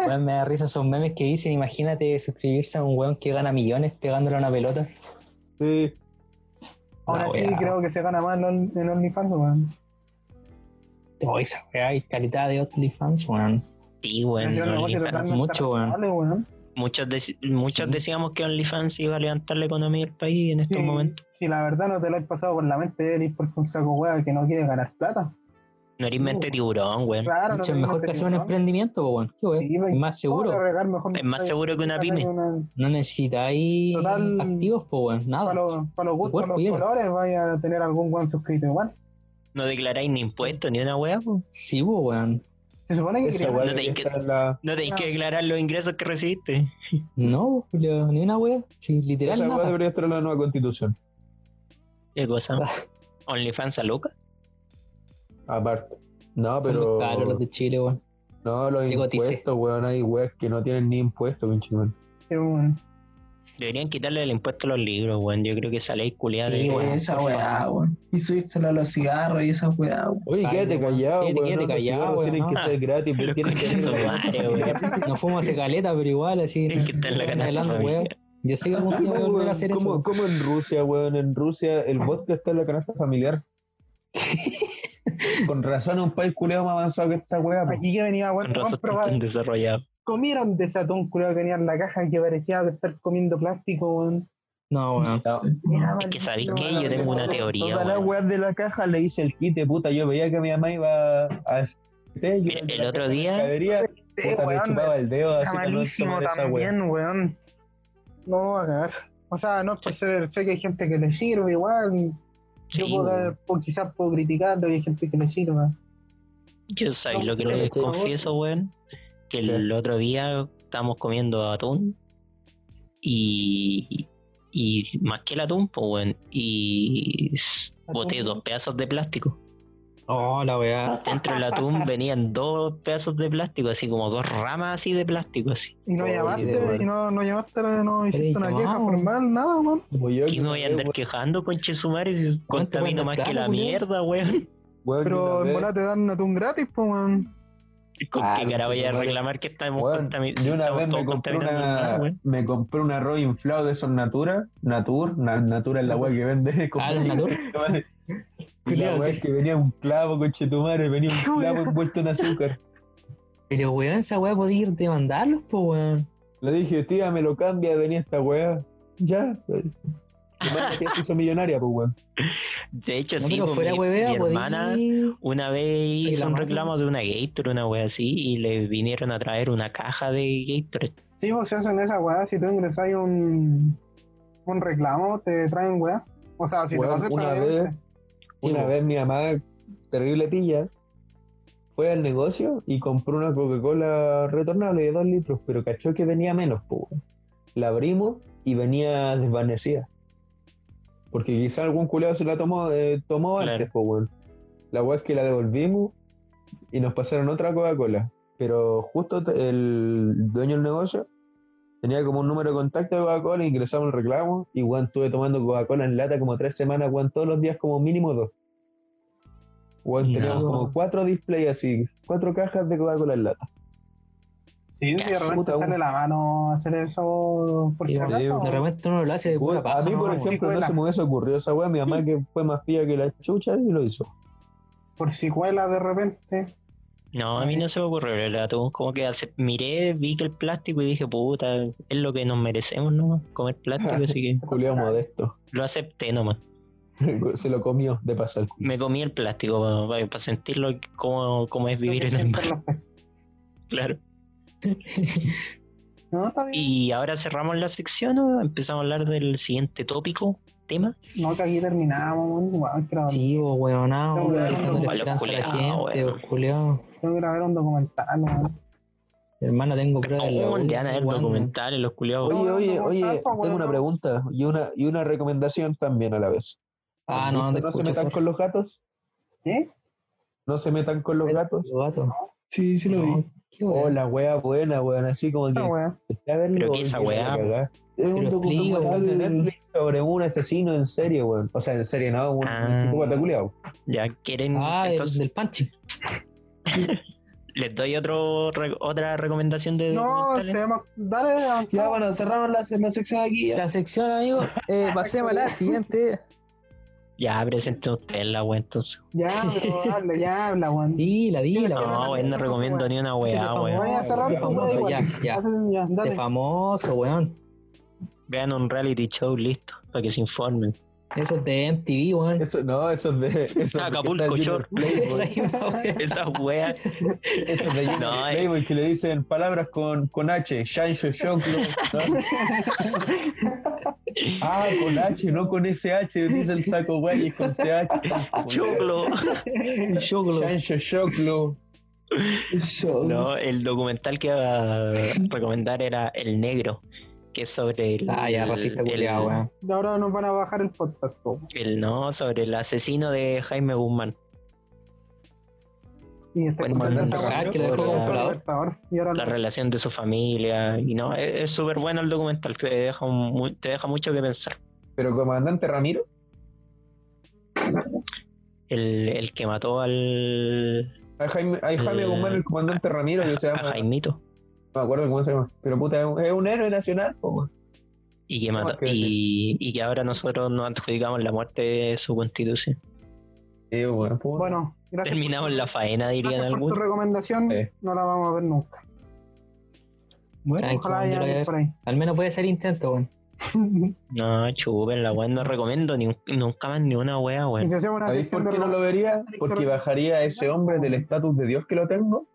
Weón, me da risa esos memes que dicen, imagínate suscribirse a un weón que gana millones pegándole a una pelota. Sí, Ahora La sí, wea. creo que se gana más en, Only- en OnlyFans, weón. Oh, esa weá, hay calidad de OnlyFans, weón. Sí, weón. Hicieron negocio OnlyFans. tratando de mucho, estar weón. rentable, weón. Muchos, deci- muchos Sí. decíamos que OnlyFans iba a levantar la economía del país en estos Sí, momentos. Si la verdad no te lo has pasado por la mente de venir porque un saco hueá que no quiere ganar plata. No eres Sí, mente weón. tiburón, weón. Claro, no Mucho te mejor digo, que hacer un ¿no? emprendimiento, po, weón. Qué weón. Sí, weón. Es más ¿Cómo seguro. Ah, regar mejor Es más mensaje? seguro que una pyme. Una- No necesitáis Total- activos, po, weón. Nada. Para los, para los gustos, cuerpo los lleno. colores, vaya a tener algún weón suscrito igual. No declaráis ni impuestos ni una weá, po. Sí, po, weón. Se supone que Esa quería- weá No te debería inquiet- estar en la- No tenéis No. que declarar los ingresos que recibiste. No, Julio, ni una weá. Sí, literal, esa weá nada. debería estar en la nueva constitución. ¿Qué cosa? OnlyFans a loca. Aparte. No, Son muy pero. caros los de Chile, *laughs* weón. No, los Digo, dice. impuestos, weón. Hay weas que no tienen ni impuestos, pinche weón. que un- Deberían quitarle el impuesto a los libros, weón. Yo creo que esa ley culiada Sí, de- weón. esa por weá, favor. weón. Y subírselo a los cigarros y esa weá, weón. Oye, Ay, quédate weón. callado, Quédate- weón. quédate no, los callado, cigarros weón, Tienen que no. ser gratis, pero Los tienen que conches ser su gratis. madre, weón. No fumo hace caleta, pero igual, así. Es que está en la canasta Hablando, weón. familiar. Yo sé que algún día *laughs* ¿Cómo, voy a volver a hacer eso. cómo- cómo en Rusia, weón? En Rusia el vodka está en la canasta *laughs* familiar. Con razón es un país culeado más avanzado que esta weá. po. Aquí que venía, Ah. Con weón, razón weón, están probar- tan desarrollado. comieron de ese atún culiao que venía en la caja que parecía estar comiendo plástico, weón. No, weón. No. Es que, ¿sabéis qué? Yo tengo una teoría, Todas las weón. weas de la caja le hice el quite, puta. Yo veía que mi mamá iba a. este, Mira, el otro día- Mercadería, Este, Eh, puta, me weón, chupaba el dedo, así Está que no malísimo tomar esa wea. también, weón. No va a cagar. O sea, no es por ser, sé que hay gente que le sirve igual. Sí, yo puedo dar- weón. puedo- quizás puedo criticarlo y hay gente que le sirva. Yo sabéis lo que Pero les estoy- confieso, weón. Que el otro día estábamos comiendo atún. Y. Y más que el atún, pues, weón. Y. s- Boté dos pedazos de plástico. Oh, la Ah, weá. Dentro del *laughs* atún venían dos pedazos de plástico, así como dos ramas así de plástico, así. Y no Oye, llamaste, weón. y no, no llamaste, no hiciste una llamado, queja weón. formal, nada, weón. Como yo, ¿Quién que me voy a una andar vez, quejando con Chesumares si contamino pueden más dar que plata, la culiao? mierda, weón? *laughs* weón, que una Pero en vez- bola te dan atún gratis, pues, weón. ¿Con Ah, qué cara voy a weón. reclamar que estamos Weón, contami- yo una estamos vez me todos compré contaminando el mar, una, weón? me compré un arroz inflado de esos Natura, Natur, na- Natura es la weá que vende. *laughs* como- Ah, los Natur. Y La weá que venía un clavo, conchetumare, venía *laughs* un clavo envuelto en azúcar. Pero, weón, esa weá podía ir demandarlos, po, weón. Le dije, tía, me lo cambia, venía esta weá. Ya. *laughs* Mi madre tía se hizo millonaria, pues weón. De hecho, No, sí, pero pues, fuera mi, huevea, mi hermana podía. una vez Y hizo la un mano, reclamo pues. de una Gator, una wea así, y le vinieron a traer una caja de Gator. Sí, vos se hacen esa weá, si tú ingresas un, un reclamo, te traen weá. O sea, si Weón, te lo una aceptan, vez- obviamente. Sí, Una po. vez mi mamá, terrible pilla, fue al negocio y compró una Coca-Cola retornable de 2 litros, pero cachó que venía menos, po, weón. La abrimos y venía desvanecida. Porque quizá algún culeado se la tomó, eh, tomó Claro. antes, po, weón. La weá es que la devolvimos y nos pasaron otra Coca-Cola. Pero justo t- el dueño del negocio tenía como un número de contacto de Coca-Cola, ingresamos el reclamo y weón, estuve tomando Coca-Cola en lata como tres semanas, weón, todos los días como mínimo dos. Weón, Ya. teníamos como cuatro displays así, cuatro cajas de Coca-Cola en lata. Sí, sí, de repente Puta, sale weón. la mano hacer eso por Sí, si weón. acaso, De weón. repente uno lo hace de pura Weón, paja. a mí, ¿no, por weón? ejemplo, Sí, no se cuela. me hubiese ocurrido esa weá, mi mamá que fue más pía que la chucha y lo hizo. por si cuela de repente. No, a mí no se me ocurrió el atún. Como que hace- miré, vi que el plástico y dije, puta, es lo que nos merecemos, ¿no? Comer *laughs* plástico, así que Culeado modesto. *laughs* lo acepté nomás. se lo comió de pasar. Me comí el plástico para, sentirlo como, como es vivir en el Siempre mar, *laughs* los peces. claro. No, está bien. Y ahora cerramos la sección, ¿no? empezamos a hablar del siguiente tópico, tema. No, que aquí terminamos, weón. Weón, quiero, Sí, vos, weonado, Weón, weón. Quitándole weón, esperanza a la culiao, gente, weón. vos, culiao. tengo que ir a ver un documental, weón. Hermano, tengo pruebas de la Oh, uni, le van a ver weón. documentales, los culiados. Oye, no, oye, no, oye, tanto, weón, tengo una no. pregunta y una, y una recomendación también a la vez. Ah, no, no te no se escucho. metan sorry. con los gatos. ¿Eh? No se metan con los gatos. Los gatos. Sí, sí lo vi. No, qué weón. Oh, la wea buena, weón. Así como Esa que. weón. está a verlo, Pero que esa y se la wea- cagá. Es un Pero explica, documental de weón. Netflix sobre un asesino en serie, weón. O sea, en serie, no, un Ah. psicópata culiao. Ya quieren, Ah, del- entonces del Panchi. les doy otro re- otra recomendación de No, documentales. se llama. Dale, Ya, avanzamos. bueno, cerraron la, la sección aquí. ya. Esa sección, amigo, eh, pasemos a la siguiente. Ya, presenten ustedes la weá entonces. Ya, pero habla, ya habla, weón. Dila, dila. Pero No, no weón, no te- recomiendo ni una Si te weá, famoso, weón. vaya a cerrar, pues, Este da famoso, igual. ya, ya. Hacen- ya, Este dale. famoso, weón. Vean un reality show, listo, para que se informen. Eso es de MTV, weón. Eso, no, eso es de. Eso es de Acapulco que está en Shore. *laughs* Playboy. Esa misma weá. Esas weas. Eso es de Junior No, eh. Playboy que le dicen palabras con, con H. Shine, shine, shine, *laughs* ¿no? Ah, con H, no con SH. Dice el saco, güey, es con CH. Choclo. El choclo. Chancho Choclo. No, el documental que iba a recomendar era El Negro, que es sobre el, Ah, ya, racista el- culiado, weón. Y ahora nos van a bajar el podcast, po. el- no, sobre el asesino de Jaime Guzmán. Y este Bueno, comandante Manuel Aguayo, Rack, que lo dejó ahora- controlador. Libertador, Y ahora La relación de su familia. Y no, e-, es es súper bueno el documental, te deja, un mu- te deja mucho que pensar. Pero comandante Ramiro, El, el que mató al hay Jaime, hay Jaime Eh, Guzmán, el comandante Ramiro, que se a llama. Jaimito. No me acuerdo cómo se llama. Pero puta, es un, es un héroe nacional, po, güey. Y que, No, mató- es que y, y que ahora nosotros nos adjudicamos la muerte de su constitución. Sí, güey, puta. Bueno, gracias. Terminamos la faena, dirían Gracias por tu algunos. recomendación, Sí. no la vamos a ver nunca. Tranqui, Ojalá weón, haya yo lo voy a alguien ver. por ahí. Al menos puede ser intento, weón. No, chupen la weón, no recomiendo ni, un- nunca más ni una wea, *laughs* y weón. si hacemos una ¿Sabéis por sección de qué no lo recomendaciones, vería? Porque bajaría a ese hombre del estatus de Dios que lo tengo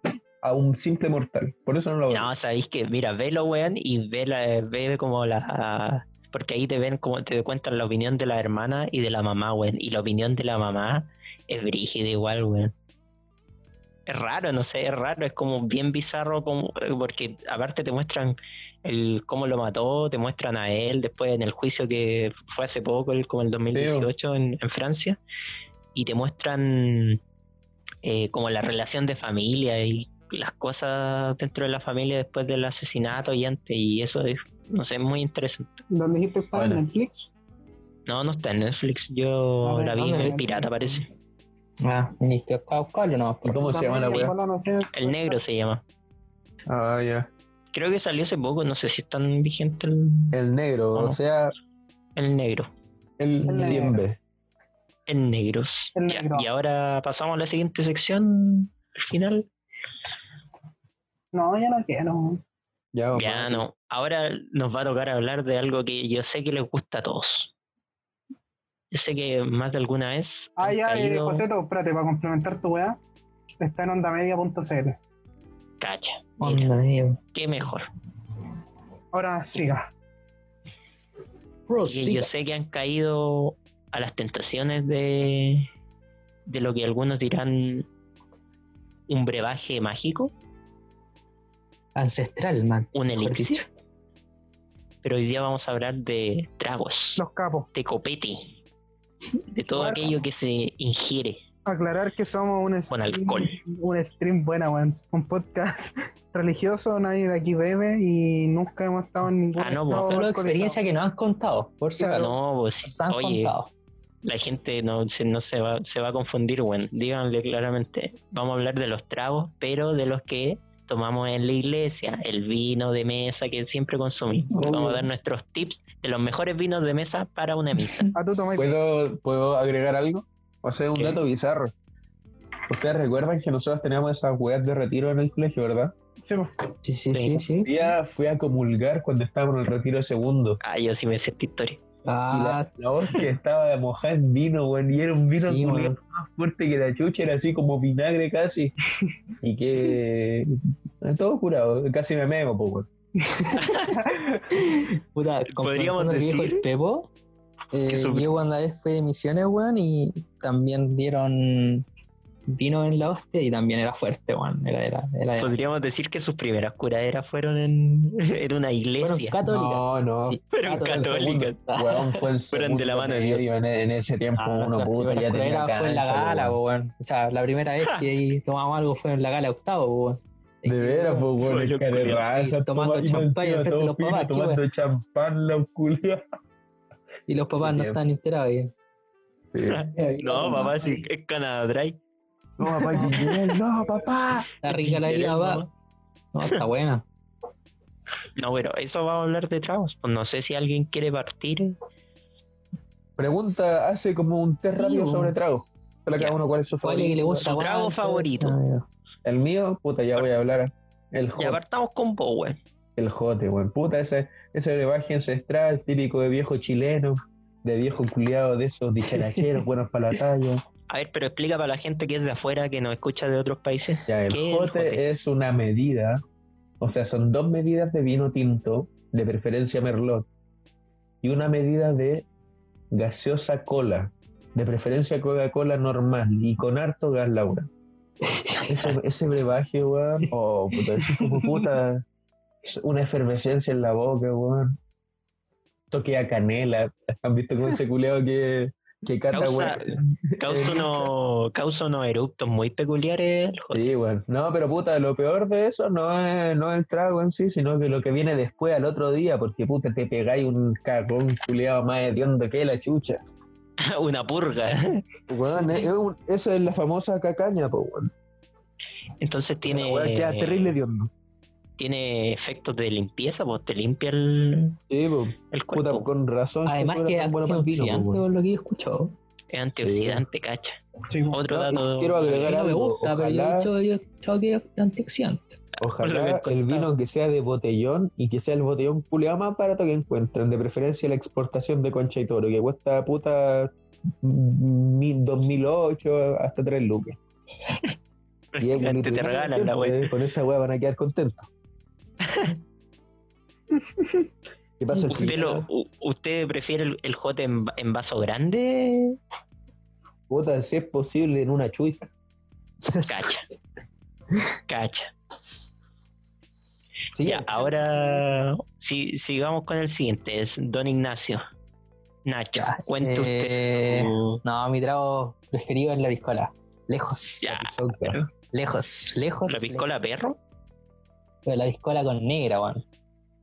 a un simple mortal. Por eso no lo veo. No, sabéis que, mira, velo, weón, y ve, la, ve como la. Porque ahí te ven como te cuentan la opinión de la hermana y de la mamá, weón. Y la opinión de la mamá es brígida igual, weón. Es raro, no sé, es raro, es como bien bizarro, como, porque aparte te muestran el cómo lo mató, te muestran a él después en el juicio que fue hace poco, el, como el 2018 en, en Francia, y te muestran eh, como la relación de familia y las cosas dentro de la familia después del asesinato y antes, y eso es, no sé, es muy interesante. donde dijiste que estaba en Bueno. Netflix. No, no está en Netflix, yo A ver, la vi en ándale, el pirata, parece. Ah, ni que a buscarlo, no. ¿Y cómo se llama la También, weá? ojalá no sea- El negro se llama. Ah, ya. Creo que salió hace poco, no sé si es tan vigente el, Eh. El negro, Ah, o no. sea, el negro. el El negro. siempre. En negros. En Ya, negro. Y ahora pasamos a la siguiente sección. Al final. No, ya no quiero. Ya, vamos. ya no. Ahora nos va a tocar hablar de algo que yo sé que les gusta a todos. Yo sé que más de alguna vez. Ah, han ya, eh, caído- Joseto, espérate, para complementar tu weá, está en ondamedia.cl. Cacha. Oh, Mira, Onda, mía. qué mejor. Ahora siga. Bro, Porque sí. yo sé que han caído a las tentaciones de, de lo que algunos dirán un brebaje mágico, Ancestral, man. un mejor elixir. dicho. Pero hoy día vamos a hablar de tragos. Los capos. de copete, de todo Claro. aquello que se ingiere Aclarar que somos un con alcohol. un stream buena, weón. Un podcast *laughs* religioso, nadie de aquí bebe y nunca hemos estado en ningún Ah, no, pues. estado Solo alcoholizado. experiencia que nos han contado, por si Claro. acaso. No, pues Nos sí, han oye, contado. la gente no, se, no se, va, se va a confundir, bueno, díganle claramente, vamos a hablar de los tragos, pero de los que tomamos en la iglesia, el vino de mesa que siempre consumimos. Obvio. Vamos a dar nuestros tips de los mejores vinos de mesa para una misa. Ah, tú tomáis. ¿Puedo, ¿Puedo agregar algo? O sea, un ¿Qué? dato bizarro. Ustedes recuerdan que nosotros teníamos esas weas de retiro en el colegio, ¿verdad? Sí, pues. Sí, sí, Sí. sí, sí. Un día fui a comulgar cuando estaba en el retiro segundo. Ah, yo sí me sé esta historia. Y Ah, la, la hostia estaba mojada en vino, weón. Y era un vino sí, culiao weón. más fuerte que la chucha, era así como vinagre *laughs* casi. Y que. eh, Todo curado, casi me meo, po, weón. *laughs* Puta, Podríamos confrontando al viejo decir el Pepo. eh, sobre- Yo cuando vez fui de misiones, weón, y también dieron vino en la hostia y también era fuerte, weón. Era, era, era, era. Podríamos decir que sus primeras curaderas fueron en, *laughs* en una Fueron iglesia, católicas. No, no. Sí, fueron católicas. Weón, fue el Fueron de la segundo mano de Dios. medio En, en ese tiempo, Ah, uno la puta, primera ya tenía. culera fue en la cancha, gala, weón. po, weón. O sea, la primera vez que ahí tomamos algo fue en la gala octavo, po, weón. De veras, pues, Fue bueno, el lo cara de culiao. raja, Y tomando toma- y champán enfrente encima de todo los fino, papás, qué Tomando champán, la culia. Y los papás no Bien. estaban enterados. weón. *laughs* No, papá, sí, es Canadá Dry. No, papá, Miguel, no, papá. Está rica la vida, Mamá. va. No, *laughs* está buena. No, pero eso va a hablar de tragos. Pues no sé si alguien quiere partir. Pregunta, hace como un test Sí, rápido bo. sobre trago. Para Ya. cada uno cuál es su ¿Cuál es que le favorito. gusta? Su trago aguanta? favorito. Ah, ya. El mío, puta, ya voy a hablar. El Ya jote, partamos con vos, weón. el jote, weón. Puta, ese, ese brebaje ancestral, típico de viejo chileno, de viejo culiado, de *laughs* esos dicharacheros, buenos para la talla. A ver, pero explica para la gente que es de afuera, que nos escucha de otros *laughs* países. Ya, el ¿Qué es el jote, jote? es una medida, o sea, son dos medidas de vino tinto, de preferencia merlot, y una medida de gaseosa cola, de preferencia Coca-Cola normal y con harto *laughs* gas Laura. Ese, ese brebaje, weón, oh, puta, es como puta, es una efervescencia en la boca, weón. Toque a canela, ¿han visto con ese culeado que, que cata, Causa- weón? Causa unos, causa unos eructos muy peculiares el jote. Sí, bueno. No, pero puta, lo peor de eso no es, no es el trago en sí, sino que lo que viene después al otro día, porque puta, te pegáis un cagón culiado más hediondo que la chucha. *laughs* Una purga. Weón, es- es un- eso es la famosa cacaña, po, weón. Entonces La weá queda terrible tiene, hediondo. tiene efectos de limpieza, pues te limpia el, Sí, po. el Puta, cuerpo. con razón. Además que es es antioxidante, por lo que yo he escuchado. Es antioxidante, cacha. Sí, po. Otro dato. ah, quiero A agregar mí no me algo. gusta, pero yo he ojalá, dicho- yo he escuchado que es antioxidante. Por lo que ojalá he el contado. vino que sea de botellón y que sea el botellón culiado más barato que encuentren, de preferencia la exportación de concha y toro, que cuesta puta mm, mil- 2008 hasta 3 lucas. *laughs* Y es prácticamente te bonito. regalan la wea. Eh, Con esa weá van a quedar contentos. *laughs* ¿Qué pasa, ¿Usted, chico? lo- u- ¿Usted prefiere el, el jote en, va- en vaso grande? Puta, si es posible en una chuita. *laughs* Cacha. Cacha. Sí, Ya, ahora si, sigamos con el siguiente. Es Don Ignacio. Nacho, Ya, cuente eh, usted. su- No, mi trago preferido es la piscola. Lejos, Ya, Sonca. lejos, lejos. ¿la piscola lejos. perro? Pero la piscola con negra, weón.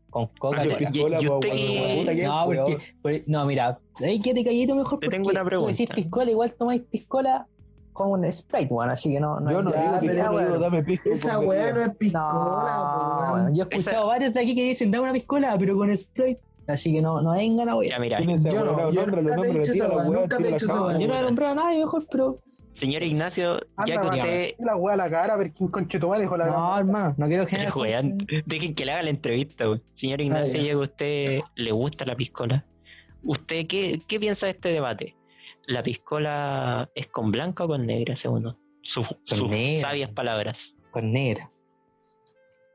Con coca Ah, Yo ya, cola. piscola, y- y po, usted weón, que- pues, puta, qué No, weón. porque, por- no, mira, ahí quédate calladito mejor Te porque tengo una tú decís pregunta. piscola, igual tomáis piscola con un Sprite, weón, así que no... no Yo no hay- Ya, digo que pero no, weón, digo, dame pisco. pues, Esa con weá bebida. no es piscola, No, po, weón. yo he escuchado Esa- varios de aquí que dicen, dame una piscola, pero con Sprite. Así que no, no vengan a Ya, mira, ¿Quién es esa Yo weá? no, yo Nómbralo, nunca te he nómbralo, dicho tira esa la weá, weá, nunca te tira he la dicho esa cama, weá. Yo no he weón. nombrado a nadie mejor, pero. señor Ignacio, ya que Anda, usted La weá a la cara, a ver quién conchetumare dijo la No, hermano, no quiero Pero, generar. weón, *laughs* dejen que le haga la entrevista, weón. Señor Ignacio, ya. ya que a usted le gusta la piscola, ¿usted qué, qué piensa de este debate? ¿La piscola es con blanca o con negra, según usted? sus, sus negra. sabias palabras? Con negra.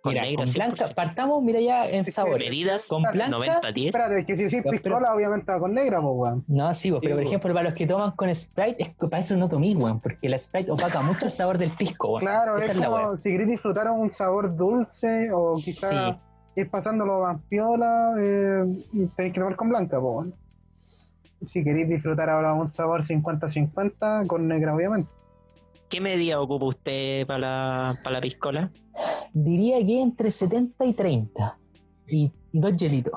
Con mira, negra, con 100%. blanca, partamos, mira ya en Sí, sabores. Medidas Con blanca. 90-10. Espérate, que si decís Ya, pero- piscola, obviamente va con negra, po, weón. No, sí, vos, pero por Sí, pues. ejemplo, para los que toman con Sprite, es que para eso no tomís, weón, porque la Sprite opaca mucho el sabor del pisco, weón. Claro, Esa es es la como si querés disfrutar un sabor dulce o quizás Sí. ir pasándolo más piola, eh, tenéis que tomar con blanca, po, weón. Si queréis disfrutar ahora un sabor 50-50, con negra, obviamente. ¿Qué medida ocupa usted para la, para la piscola? Diría que entre 70 y 30. Y, y dos hielitos.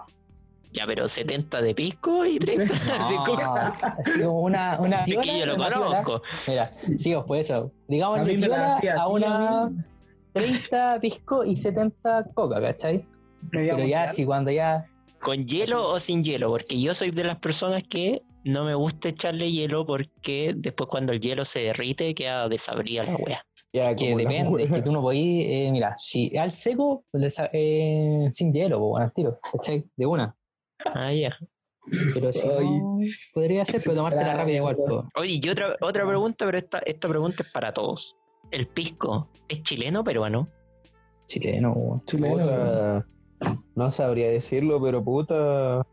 Ya, pero 70 de pisco *laughs* y 30 de No, coca. así como una, Ah. una Es que yo piola, lo una piola. conozco. Mira, sigo por eso. Digamos, A a, mí me la hacía a así, a una mí. 30 pisco y 70 coca, ¿cachai? Medida Pero ya, mundial. sí, cuando ya. ¿Con hielo o sin hielo? Porque yo soy de las personas que no me gusta echarle hielo porque después cuando el hielo se derrite queda desabrida la wea. Ya, Que como la depende, weá. es que tú no podís. eh, mira, si al seco, le sa- eh, sin hielo, pues, bueno, al tiro, ¿cachai? De una. Ah, ya. Pero si Ay. no, podría ser, pero tomártela rápida igual, po. Oye, y otra, Ah. otra pregunta, pero esta, esta pregunta es para todos. ¿El pisco es chileno o peruano? Chileno, weón. Chileno, eh. weón. Puta, No sabría decirlo, pero puta.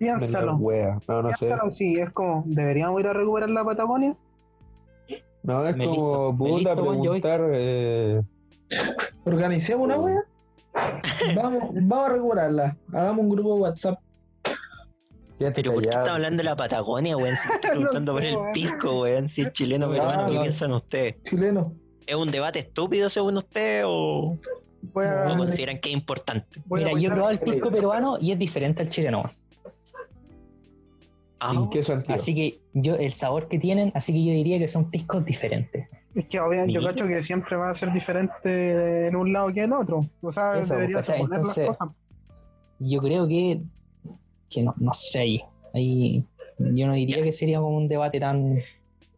me la Piénsalo. wea. No, no sé. Piénsalo, sí, es como, ¿deberíamos ir a recuperar la Patagonia? No, es Me como listo, me puta listo, weón, yo voy. preguntar. eh, Organicemos una *laughs* wea. Vamos, vamos a regularla. Hagamos un grupo de WhatsApp. quédate Pero ¿por qué callado. están hablando de la Patagonia, weón? *laughs* Si estoy No preguntando por sé, el weón. pisco, weón, si es chileno o peruano, ¿qué no. piensan ustedes? Chileno. ¿Es un debate estúpido según usted o, Voy a- o Ah, No, consideran que es importante? voy a pues Mira, yo he apuntar- probado el pisco peruano y es diferente al chileno, weón. Ah, ¿En qué sentido? Así que yo, el sabor que tienen, así que yo diría que son piscos diferentes. Es que obviamente yo Mira. cacho que siempre va a ser diferente en un lado que en otro. O sea, Eso, debería ¿cachai? suponer las Entonces- cosas. Yo creo que. que no, no sé ahí. Ahí Yo no diría Ya. que sería como un debate tan.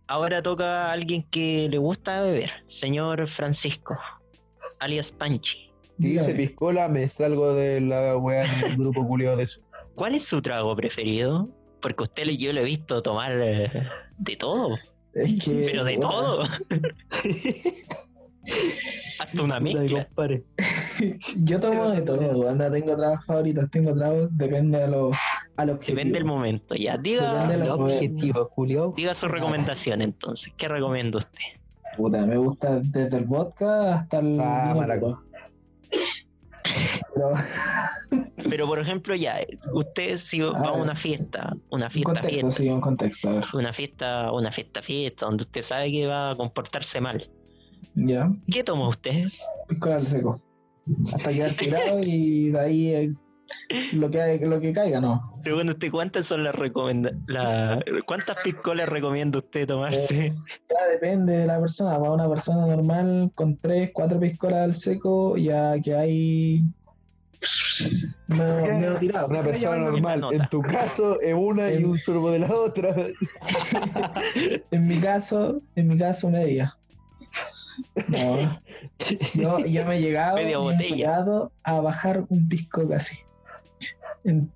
Ahora toca a alguien que le gusta beber, señor Francisco, alias Panchi. Si Dígame. dice piscola, me salgo de la weá del grupo culiado de eso. ¿Cuál es su trago preferido? Porque usted le- yo lo he visto tomar eh, de todo, Es que, *laughs* pero de puta, *laughs* todo. Hasta una puta, mezcla. compadre. Yo tomo de todo, weón. No tengo tragos favoritos, tengo tragos, depende a lo, al objetivo. Depende del momento. Ya, Depende diga, de El la- objetivo, Julio. diga su recomendación entonces. ¿Qué recomienda usted? Puta, me gusta desde el vodka hasta el. Ah, vino maraco. puro. Pero, Pero por ejemplo, ya, usted si va a ver. una fiesta, una *laughs* un fiesta, contexto, fiesta, sí, un contexto, a ver. una fiesta, una fiesta, fiesta, donde usted sabe que va a comportarse mal. Ya, ¿Qué toma usted? piscola al seco. Hasta quedar tirado y de ahí eh, lo, que, lo que caiga, no. Según usted, ¿cuántas son las recomendadas? ¿Cuántas piscolas recomienda usted tomarse? Ya depende de la persona. Para una persona normal con tres, cuatro piscolas al seco, ya que hay. No, ¿Qué? menos tirado. Una persona llevan la misma normal. nota. En tu caso, es una y En- un sorbo de la otra. *laughs* En mi caso, en mi caso, media. No. Yo, yo me he *laughs* llegado, Media yo he botella. llegado a bajar un pisco casi. En-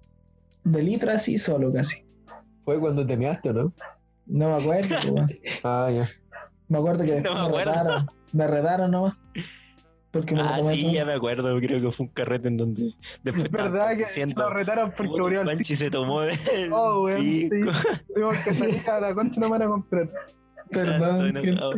de litro así, solo casi. Fue cuando te measte, ¿no? No *laughs* me acuerdo, weón. Ah, ya. Me acuerdo que después me me acuerdo. redaron. Me redaron nomás. Porque me lo ah, tomé sí, solo. ya me acuerdo, creo que fue un carrete en donde después Es verdad que siento lo retaron porque murió el Panchi se tomó el Oh, weón, sí. pico. *laughs* *laughs* Tuvimos que salir a la concha no van a comprar. Perdón, Estoy gente. enojado.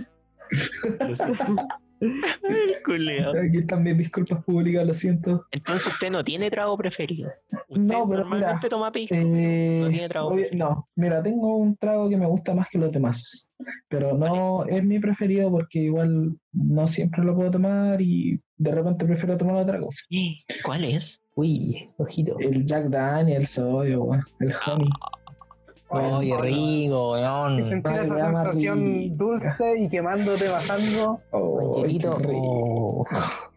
Lo siento. El culiao. Aquí están mis disculpas públicas, lo siento. Entonces usted no tiene trago preferido. Usted No, pero normalmente mira, toma pisco. Eh, No tiene trago obvio- no, mira, tengo un trago que me gusta más que los demás, pero no es mi preferido porque igual no siempre lo puedo tomar y de repente prefiero tomar otra cosa. ¿Cuál es? Uy, ojito. El Jack Daniels, obvio, weón, el Ah, honey. Oye, Ay, rico, Y weón. sentir Ay, esa me da más sensación rico. dulce y quemándote, bajando. Oh, Angelito. qué rico.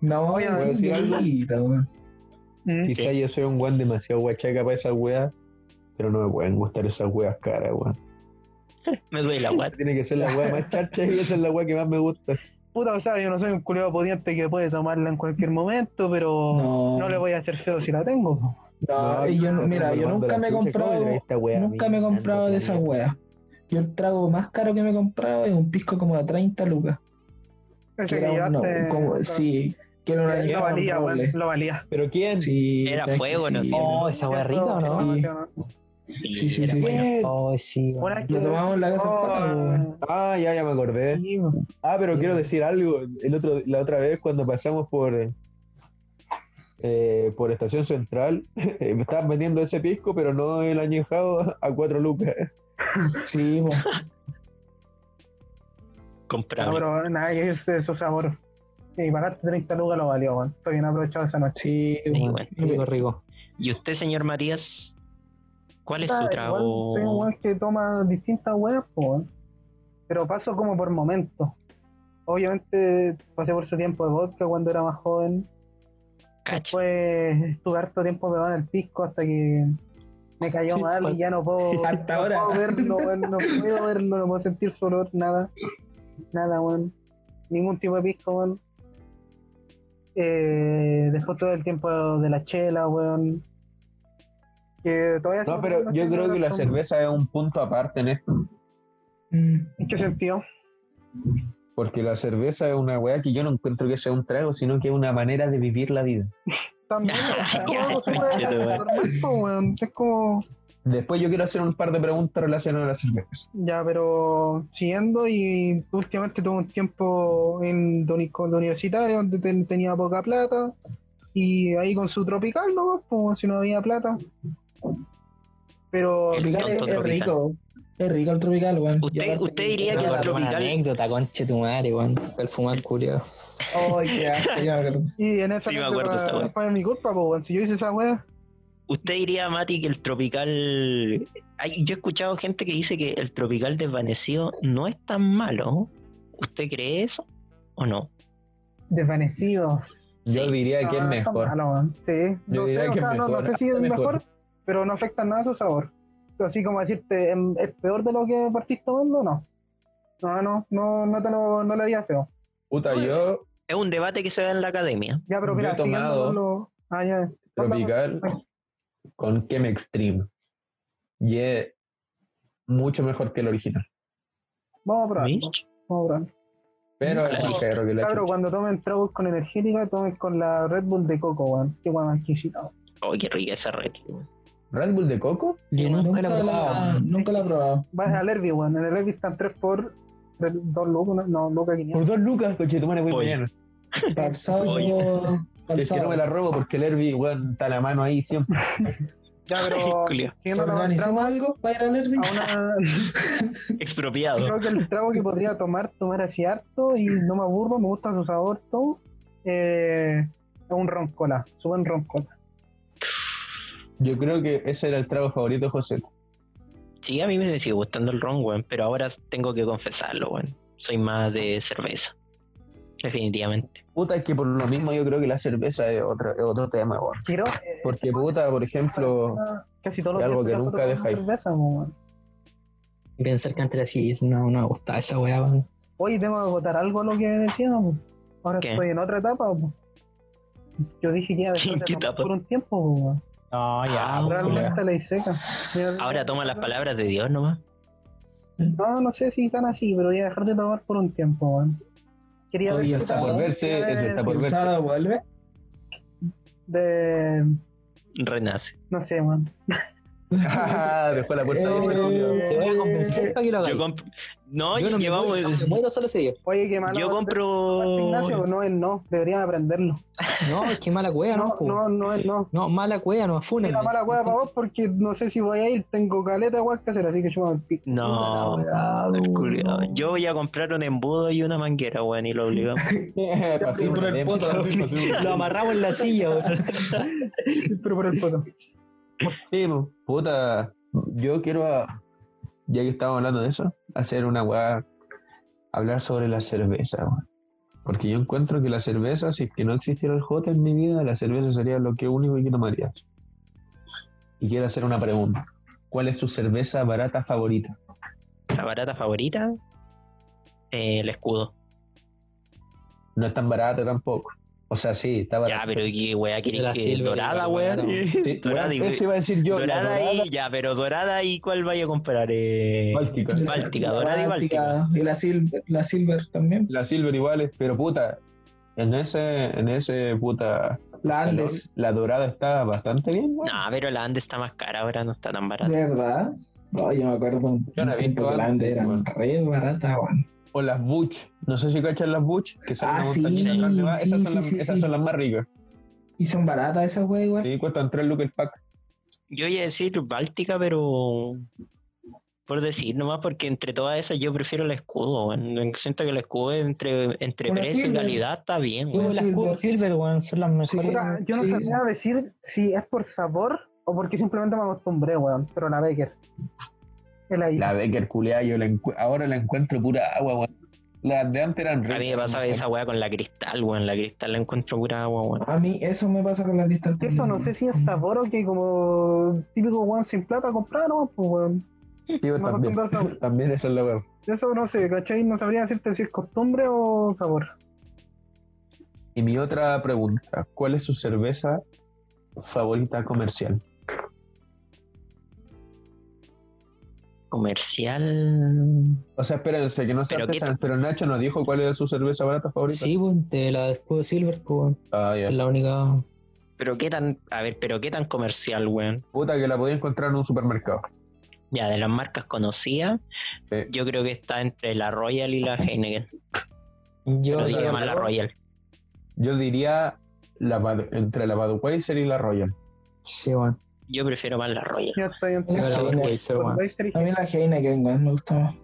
No, Oye, es ¿puedo decir algo? angelito, weón. Mm. Quizá yo soy un guan demasiado guachaca para esa weá, pero no me pueden gustar esas weas caras, weón. Me duele la guata. Tiene que ser la weá *laughs* más charcha y esa es la weá que más me gusta. Puta, o sea, yo no soy un culiado pudiente que puede tomarla en cualquier momento, pero no, No, le voy a hacer feo si la tengo. po. no, Ah, y yo, mira, yo nunca me he comprado, este nunca me he comprado de esas weas. Yo el trago más caro que me he comprado es un pisco como de 30 lucas. que Ese que era un- no, llevaste. como- lo- sí, que era una Lo Nicaraguan valía, Roble. weón, lo valía. Pero quién? Sí, Era es que fuego, ¿no? sí. Oh, esa hueá rica, ¿o no? Sí. Sí, sí, era sí, bueno. ¿Quién? Oh, sí. weón. Una que- Lo tomamos en la casa Oh, en Córdoba, weón. Ah, ya, ya me acordé. sí, po. Ah, pero quiero decir algo. El otro, la otra vez cuando pasamos por eh, por Estación Central, *laughs* eh, me estaban vendiendo ese pisco, pero no el añejado a cuatro lucas. Sí, po. No, Comprable. pero nada que irse de su sabor. Y pagaste 30 lucas, lo valió, weón. Estoy bien aprovechado esa noche. Sí, po. bueno, Rico, rico. ¿Y usted, señor Matías? ¿Cuál es Ah, su igual trago? Soy un weón que toma distintas weas, po, weón. Pero paso como por momentos. Obviamente pasé por su tiempo de vodka cuando era más joven. Cacho. Después estuve harto tiempo pegado en el pisco hasta que me cayó *laughs* mal y ya no puedo, Hasta no ahora. puedo verlo, weón, no puedo verlo, no puedo sentir su olor, nada, nada, weón. Ningún tipo de pisco, weón. Eh, después todo el tiempo de la chela, weón. Que todavía No, sigo pero teniendo yo chela, creo que la weón. cerveza es un punto aparte en esto. Mm. ¿En qué sentido? Porque la cerveza es una weá que yo no encuentro que sea un trago, sino que es una manera de vivir la vida. *laughs* También, o sea, oh, todo se puede Conchetumare. transformar, po, weón. Es como... Después yo quiero hacer un par de preguntas relacionadas a las cervezas. Ya, pero siguiendo y últimamente tuve un tiempo en de uni- de universitario donde ten- tenía poca plata y ahí con su tropical no, como si no había plata. Pero El Tropical es, tonto es tropical. rico. Es rico el tropical, weón. Usted- Y aparte usted diría Me que el acordé una tropical- anécdota, conche tu madre, weón. El fumar culiao. *laughs* Ay, qué asco, ya *laughs* me acordé. y en esa Sí, me anécdota acuerdo esa wea. fue mi culpa, po, weón. si yo hice esa wea, ¿Usted diría, Mati, que el tropical... Ay, yo he escuchado gente que dice que el tropical desvanecido no es tan malo. ¿Usted cree eso o no? desvanecido. Yo diría que es Ah, está mejor. malo, weón. sí, Yo no diría sé, o que es sea, no, no mejor, sé si es mejor. mejor, pero no afecta en nada su sabor. así como decirte, em, ¿es peor de lo que partiste tomando? No. No, no, no, no te lo, no lo haría feo. Puta, Bueno. yo, Es un debate que se da en la academia. Ya, pero Yo mira, he tomado- siguiendo con lo... Ah, ya. tropical, con Kem Extreme. Y es mucho mejor que el original. Vamos a probar. Mitch. Vamos a probar. Pero Vale. es más caro que la Cabro, chucha. Mm, cuando tomen tragos con energética, tomen con la Red Bull de coco, weón. Qué weón exquisita. weón. Oh, qué rica esa red. ¿Red Bull de coco? Yo nunca la he probado. Nunca la he probado. Vas al Herbi, weón. En el Herbi están 3 por 2 lucas, no, lucas 500. *laughs* Por dos lucas, coche, tu madre, voy Oye. mañana. Para el Oye. *laughs* sábado. para el Es que no me la sábado. robo porque el Herbie, weón, está la mano ahí siempre. Ya, *laughs* pero Julio. siguiendo la ¿Organizamos algo para ir al Herbie? Ah, a una, *laughs* Expropiado. creo que el trago que podría tomar, tomar así harto y no me aburro, me gusta su sabor todo. Eh, es un roncola, su buen roncola. Yo creo que ese era el trago favorito de José. Sí, a mí me sigue gustando el ron, weón, pero ahora tengo que confesarlo, weón. Soy más de cerveza. Definitivamente. Puta, es que por lo mismo yo creo que la cerveza es otro, es otro tema, weón. Quiero, eh, Porque puta, por ejemplo, *laughs* casi todos los es Oh. algo días saco que nunca tomar dejáis. cerveza, weón. Y Pensar que antes era así, no, no me gustaba esa weá. weón. Oye, tengo que agotar algo a lo que decíamos. Ahora ¿Qué? estoy en otra etapa. po. Yo dije que iba a dejar ¿En de qué tomar etapa? por un tiempo. po, weón. No, ya. Ah, weón. Realmente la seca. Mira, Ahora toma las palabras de Dios nomás. No, no sé si están así, pero voy a dejar de tomar por un tiempo. weón. Quería Oye, ver. el qué sabor tal, verse, quería ver ese está por- ¿El sábado vuelve? de. Renace. No sé, weón. dejó la puerta Eh, abierta. culiao. Te voy a convencer para que lo hagas. Yo comp- no, Yo no me llevamos. muero, no me muero solo ese día. Oye, qué malo. yo Parte, Ignacio, compro. no es no, deberían aprenderlo. No, es que mala cueva, No, no, Pues, po. no, no, no es no. mala cueva, no afunen. Mira mala hueá para vos porque no sé si voy a ir, tengo caleta de hueá que hacer, así que chupame el pico. No, culiao. Yo voy a comprar un embudo y una manguera, weón, y lo obligamos. Pasó un Por el tiempo, puto, pasó un tiempo. Lo amarramos en la *laughs* silla, weón. Pero por el poto. Sí, po. puta, yo quiero, a- ya que estamos hablando de eso, hacer una weá, hablar sobre la cerveza, weón. Porque yo encuentro que la cerveza, si es que no existiera el J en mi vida, la cerveza sería lo que único que tomaría. Y quiero hacer una pregunta. ¿Cuál es su cerveza barata favorita? La barata favorita, eh, el escudo. No es tan barata tampoco. O sea, sí, está barata. Ya, pero qué weá La querés que Silver, dorada, la weón. *laughs* barata, Sí, dorada y weón, eso iba a decir yo. la dorada dorada y ya, pero dorada y cuál vaya a comprar eh, báltica. Báltica, La dorada y Y la Silver, la Silver también. La Silver iguales, pero puta, en ese, en ese puta La calor, Andes. la dorada está bastante bien, weón. No, pero la Andes está más cara ahora, no está tan ¿De barata. verdad? No, yo me acuerdo un Yo la he tiempo visto que la antes, Andes era weón. re barata, weón. O las Butch, no sé si cachan las Butch, que son Ah, una sí, montañita grande, va, sí, esas, son sí, las, sí, esas sí. son las más ricas. Y son baratas esas weas igual. Sí, cuestan 3 lucas el pack. Yo iba a decir Báltica, pero por decir nomás, porque entre todas esas yo prefiero el escudo, weón. Siento que el escudo entre, entre Una precio y Silver. calidad está bien, Yo weón. las Cuba Silver, weón, son las mejores. Puta, yo no Sí. sabría decir si es por sabor o porque simplemente me acostumbré, weón. Pero la Becker. El ahí. La Becker culeada, yo la encu- ahora la encuentro pura agua, weón. Las de antes eran A ricas. mí me pasa weón. esa weá con la cristal, weón. La cristal la encuentro pura agua, weón. A mí eso me pasa con la cristal. Eso no sé si es sabor o que como típico weón sin plata comprar, no, pues weón. Sí, yo me también, acostumbro al sabor. *laughs* también eso es lo weón. Eso no sé, ¿cachai? No sabría decirte si es costumbre o sabor. Y mi otra pregunta, ¿cuál es su cerveza favorita comercial? Comercial. O sea, espérense, que no sea Pero qué artesanal, pero Nacho nos dijo cuál era su cerveza barata favorita. Sí, weón, de la Cuba Silver, pues, weón. Ah, ya. Es la única. Pero qué tan, a ver, pero qué tan comercial, weón. Puta que la podía encontrar en un supermercado. Ya, de las marcas conocidas, Sí. yo creo que está entre la Royal y la Heineken. Yo Pero diría creo- más la Royal. Yo diría la, Bad- entre la Budweiser y la Royal. Sí, weón. Yo prefiero más la Royal. Yo estoy en Yo la Sí, Budweiser, Por weón. Budweiser y- A mí la Heineken, weón, me gusta más.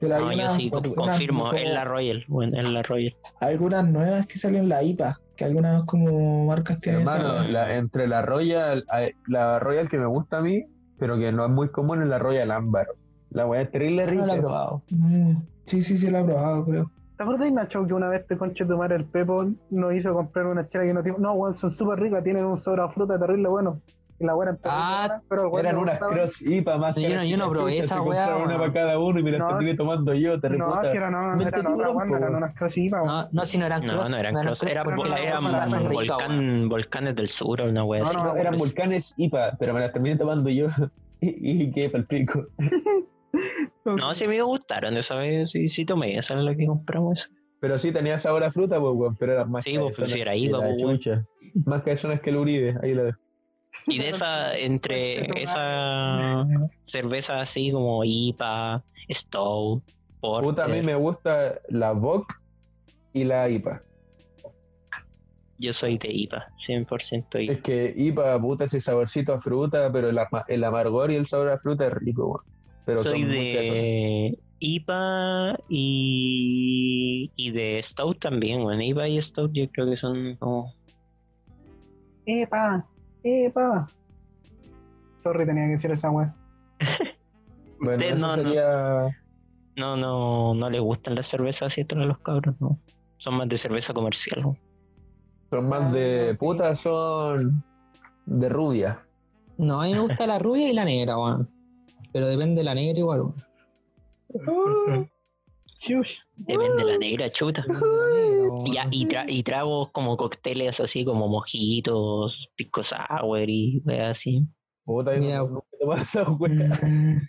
Pero No, hay yo unas- sí co- algunas confirmo, como- es la Royal, bueno, es la Royal. algunas nuevas que salen en la IPA, que algunas como marcas tienen esa Hermano, weá. la- entre la Royal, a- la Royal que me gusta a mí, pero que no es muy común, es la Royal Ámbar. La weá es terrible Esa no la he rica. probado. Mm, Sí, sí, sí, la he probado, creo. ¿Te acuerdas, Nacho, que una vez te conche tomar el Pepo nos hizo comprar una chela que no tiene. No, weón, son súper ricas, tienen un sobra fruta terrible bueno. y la weá eran Ah, buenas, pero el weón Eran le unas gustaba- cross IPA más Yo no- caras yo no las probé chuchas, esa se weá, compraron una weón. para cada uno y me la No. terminé tomando yo, te No, reputa. si eran, no, Vente eran tú, otras weas, no eran weón. unas crosivas. weón. No, no, si no eran No, cross, no eran cross, eran, pero vol- eran eran cosas que hacen rica, weón. Pues, volcán, volcanes del sur o una wea No, así. no, Eran volcanes IPA, pero me las terminé tomando yo. *laughs* Y, y qué palpico. No, sí me gustaron esa vez, sí, sí tomé, esa es la que compramos. esa. Pero sí tenía sabor a fruta, pues, weón, pero eran más Sí, pues, pero si era que IPA, la pues, weón. chucha. Más cabezonas que el Uribe, ahí la dejo. Y de esa, entre esa cerveza así como IPA, Stout, Porter. Puta, a mí me gusta la Bock y la IPA. Yo soy de IPA, 100% IPA. Es que IPA, puta, ese saborcito a fruta, pero el, ama- el amargor y el sabor a fruta es rico, weón. Pero son soy muy cabezonas. de IPA y, y de Stout también, bueno, IPA y Stout yo creo que son como... Ah. Epa, epa. Sorry, tenía que decir esa *laughs* weá. Bueno, Ustedes eso no, no. sería... No, no, no les gustan las cervezas así a los cabros, no. Son más de cerveza comercial. ¿no? Son más Ah, de sí. puta, son de rubia. No, a mí me gusta la rubia y la negra, weón. Pero depende de la negra igual, weón. Uh, shush. Uh, Depende de la negra chuta. Depende de la negra, weón. Y, y, tra- y tragos como cócteles así como mojitos, pisco sour y weas así. Puta, yo Mira, nunca he tomado esa wea.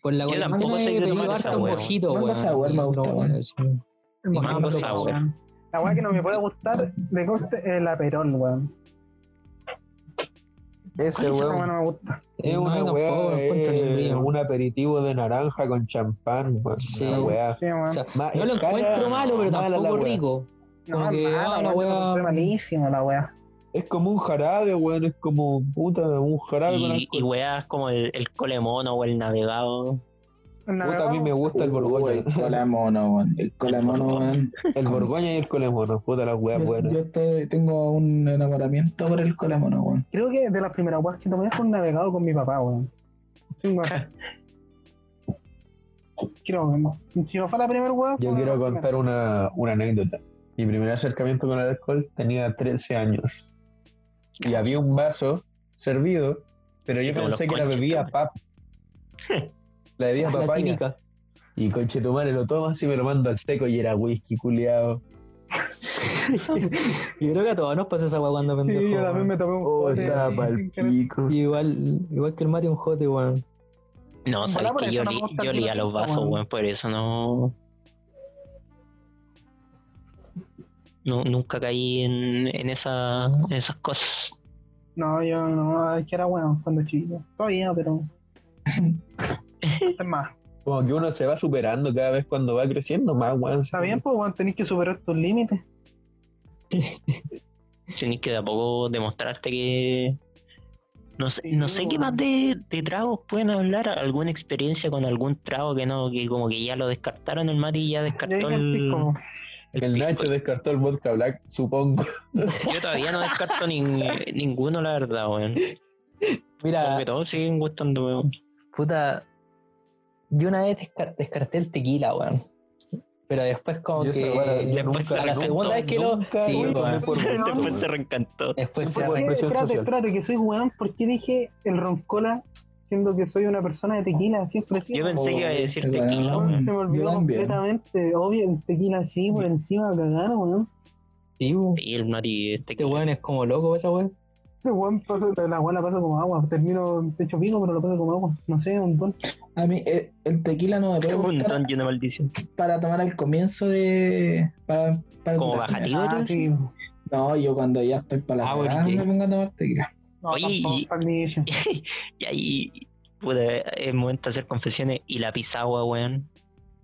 Por la Yo cuarentena tampoco soy de he pedido tomar esa hartos weón. mojitos, Manga weón. sour me gusta, No, weón. weón, sí. Y Bueno, mango lo- sour. La weá que no me puede gustar de coste es la perón, weón. Ese Esa weá weón no me gusta. Mm. es No, una eh, tampoco, wea, encuentro ni es brillo. un aperitivo de naranja con champán, weón. Sí. Una wea. Sí, weón. O sea, Ma- Yo lo es cara, encuentro malo, pero mala la tampoco wea. rico. no, como es que, mala, ah, weón, yo la lo weá- encontré malísima la weá. Es como un jarabe, weón, es como puta, un jarabe con Y, y alcohol. weas como el, el cole mono o el navegado. Puta, a mí me gusta el Uy, borgoña. el cola mono, weón. El cola mono, weón. El borgoña y el colemono, puta las weas Yo, buenas. yo estoy- tengo un enamoramiento por el cola mono, weón. Creo que de las primeras weas que tomé fue un navegado con mi papá, weón. Sí, weón. Creo que no. Si no fue la primera wea, Yo fue quiero la primera. contar una, una anécdota. Mi primer acercamiento con el alcohol tenía 13 años. Y había un vaso servido, pero Sí, yo como pensé los que la conchas, bebía cabrón. pap. La bebía La papaya. típica. Y conche tu madre lo tomas y me lo mando al seco y era whisky culiado. Yo creo que a todos nos pasa esa weá cuando pendejo. Sí, yo también weón. me tomé un Oh, pote estaba ahí, pa'l sin querer. pico. Igual, igual que el mate un jote, weón. No, Ojalá sabes por que eso yo, no me li- gusta yo el vino olía los tinto, vasos, weón. weón, por eso no. no nunca caí en, en, esa, en esas cosas. No, yo no, es que era bueno cuando chico. Todavía, pero. es más, Como que uno se va superando cada vez cuando va creciendo más, weón. está bien, pues, weón, tenés que superar tus límites. Tienes que de a poco demostrarte que. No sé, Sí, no sé qué weón. más de, de tragos pueden hablar. ¿Alguna experiencia con algún trago que no, que como que ya lo descartaron el Mati y ya Ya descartó dije el el. pisco. El Nacho descartó el vodka black, supongo. *laughs* Yo todavía no descarto nin- ninguno, la verdad, weón. Mira, Porque todos siguen gustando, weón. puta. Yo una vez desca- descarté el tequila, weón. Pero después, como Yo que. esa weá yo después nunca- a la nunca- segunda vez que lo- nunca sí, lo tomé *laughs* weón. por gusto, Después weón. se reencantó. Después se Fue ¿Por qué? por presión Espérate, social. espérate, que soy weón. ¿Por qué dije el roncola siendo que soy una persona de tequila? Siempre sí. Yo pensé que iba a Oh, decir este tequila, weón. Weón, weón. Se me Yo olvidó también. completamente. Obvio, el tequila sí, por encima de cagar, weón. Sí, weón. Y el Mati, este Este weón es como loco, esa weón. Ese weón pasa, la weón la paso como agua. Termino pecho pico, pero lo paso como agua. No sé, un don. A mí, eh, el tequila no me puede es un gustar don y una maldición. para tomar al comienzo de. Para, para Como para- bajativo, Ah, sí. No, yo cuando ya estoy para la Ah, cagada porque- me pongo a tomar tequila. No, Oye, tampoco, y- al inicio. Y ahí, pude es momento de hacer confesiones. Y la pisagua, weón.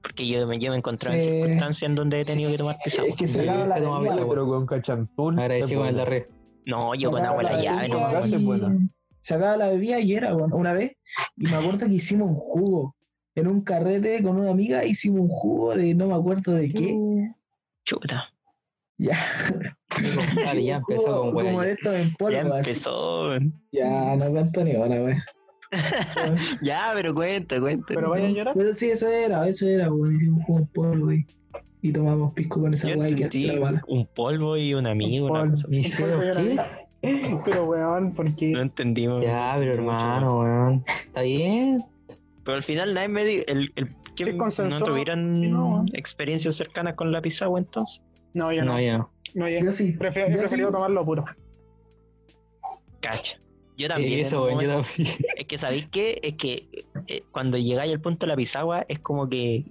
Porque yo, me- yo me encontraba Sí. en circunstancias en donde he tenido que tomar Es pisagua. que se Sí, lava la que tomaba bebida, esa Pero con cachantún. Agradecido con el de Bueno. arriba. No, yo se con acaba agua en la la llave, no, bebida weón. y- Es buena. Se acaba la bebida y era, weón, una vez. Y me acuerdo que hicimos un jugo. En un carrete con una amiga hicimos un jugo de no me acuerdo de qué. Chuta. Ya. Dale, ya empezó Jugo con Como weón. de estos en polvo, Ya así. empezó, weón. Ya, no cuento ni hora, weón. *laughs* Ya, pero cuenta, cuenta. Pero vaya a llorar. Pero sí, eso era, eso era, weón. Hicimos un jugo en polvo, weón. Y tomamos pisco con esa Yo weá y entendí quedó la bala. un polvo y un amigo. una polvo. cosa así. Liceo, polvo y una ¿qué? vida. Pero weón, porque. No entendimos. Ya, pero mucho, hermano, weón. Está bien. Pero al final nadie me dijo. El, el, ¿quién- Sí, consensuado. ¿No tuvieran Sí, no. experiencias cercanas con la pisagua entonces? No, yo no. No, ya no. No, yo Yo sí. prefiero, he yo preferido sí. tomarlo puro. Cacha. Yo también. Eh, Eso, en un weón, yo momento- también. *laughs* Es que sabéis qué? Es que eh, cuando llegáis al punto de la pisagua es como que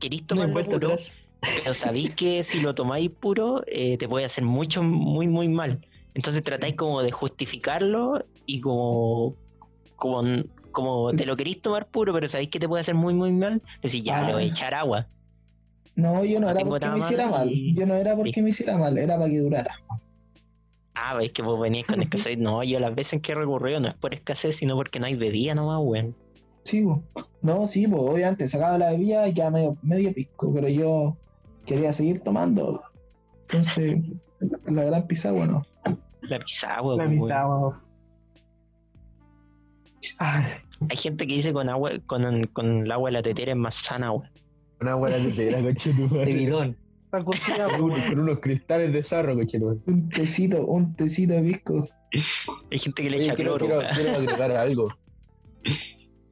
queréis No hay tomarlo vuelta puro, atrás. pero sabéis que si lo tomáis puro eh, te puede hacer mucho, muy, muy mal. Entonces tratáis como de justificarlo y como, como, como te lo queréis tomar puro, pero sabéis que te puede hacer muy, muy mal. Decís, ya, Ah. le voy a echar agua. No, yo no No era tengo porque nada me hiciera malo mal. y- Yo no era porque me hiciera mal, era para que durara. Ah, veis que vos venís con escasez. No, yo las veces en que he recurrido no es por escasez, sino porque no hay bebida nomás, weón. Sí, po. No, sí, pues obviamente sacaba la bebida y quedaba medio, medio pisco, pero yo quería seguir tomando. Entonces, la gran pisagua no. La pisagua, La pues, weón. pisagua. Ay, Hay gente que dice con agua, con, con el agua de la tetera es más sana, weón. Una buena tetera, conchetumare. *laughs* De bidón. está cocida, Con un- con unos cristales de sarro, conchetumare. Un tecito, un tecito de pisco. Hay gente que le Oye, echa Quiero, cloro, quiero, weón. quiero agregar algo.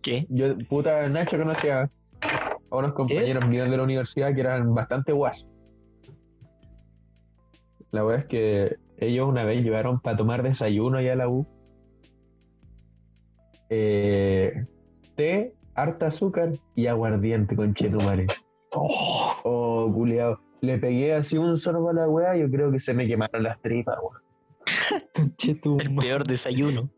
¿Qué? Yo, puta, Nacho conoce a, a unos compañeros míos de la universidad que eran bastante guas. La verdad es que ellos una vez llevaron para tomar desayuno allá a la U. eh, té, harta azúcar y aguardiente con chetumare. Oh, Oh, culiao. Le pegué así un sorbo a la weá, yo creo que se me quemaron las tripas, weón. Conchetum. El peor desayuno.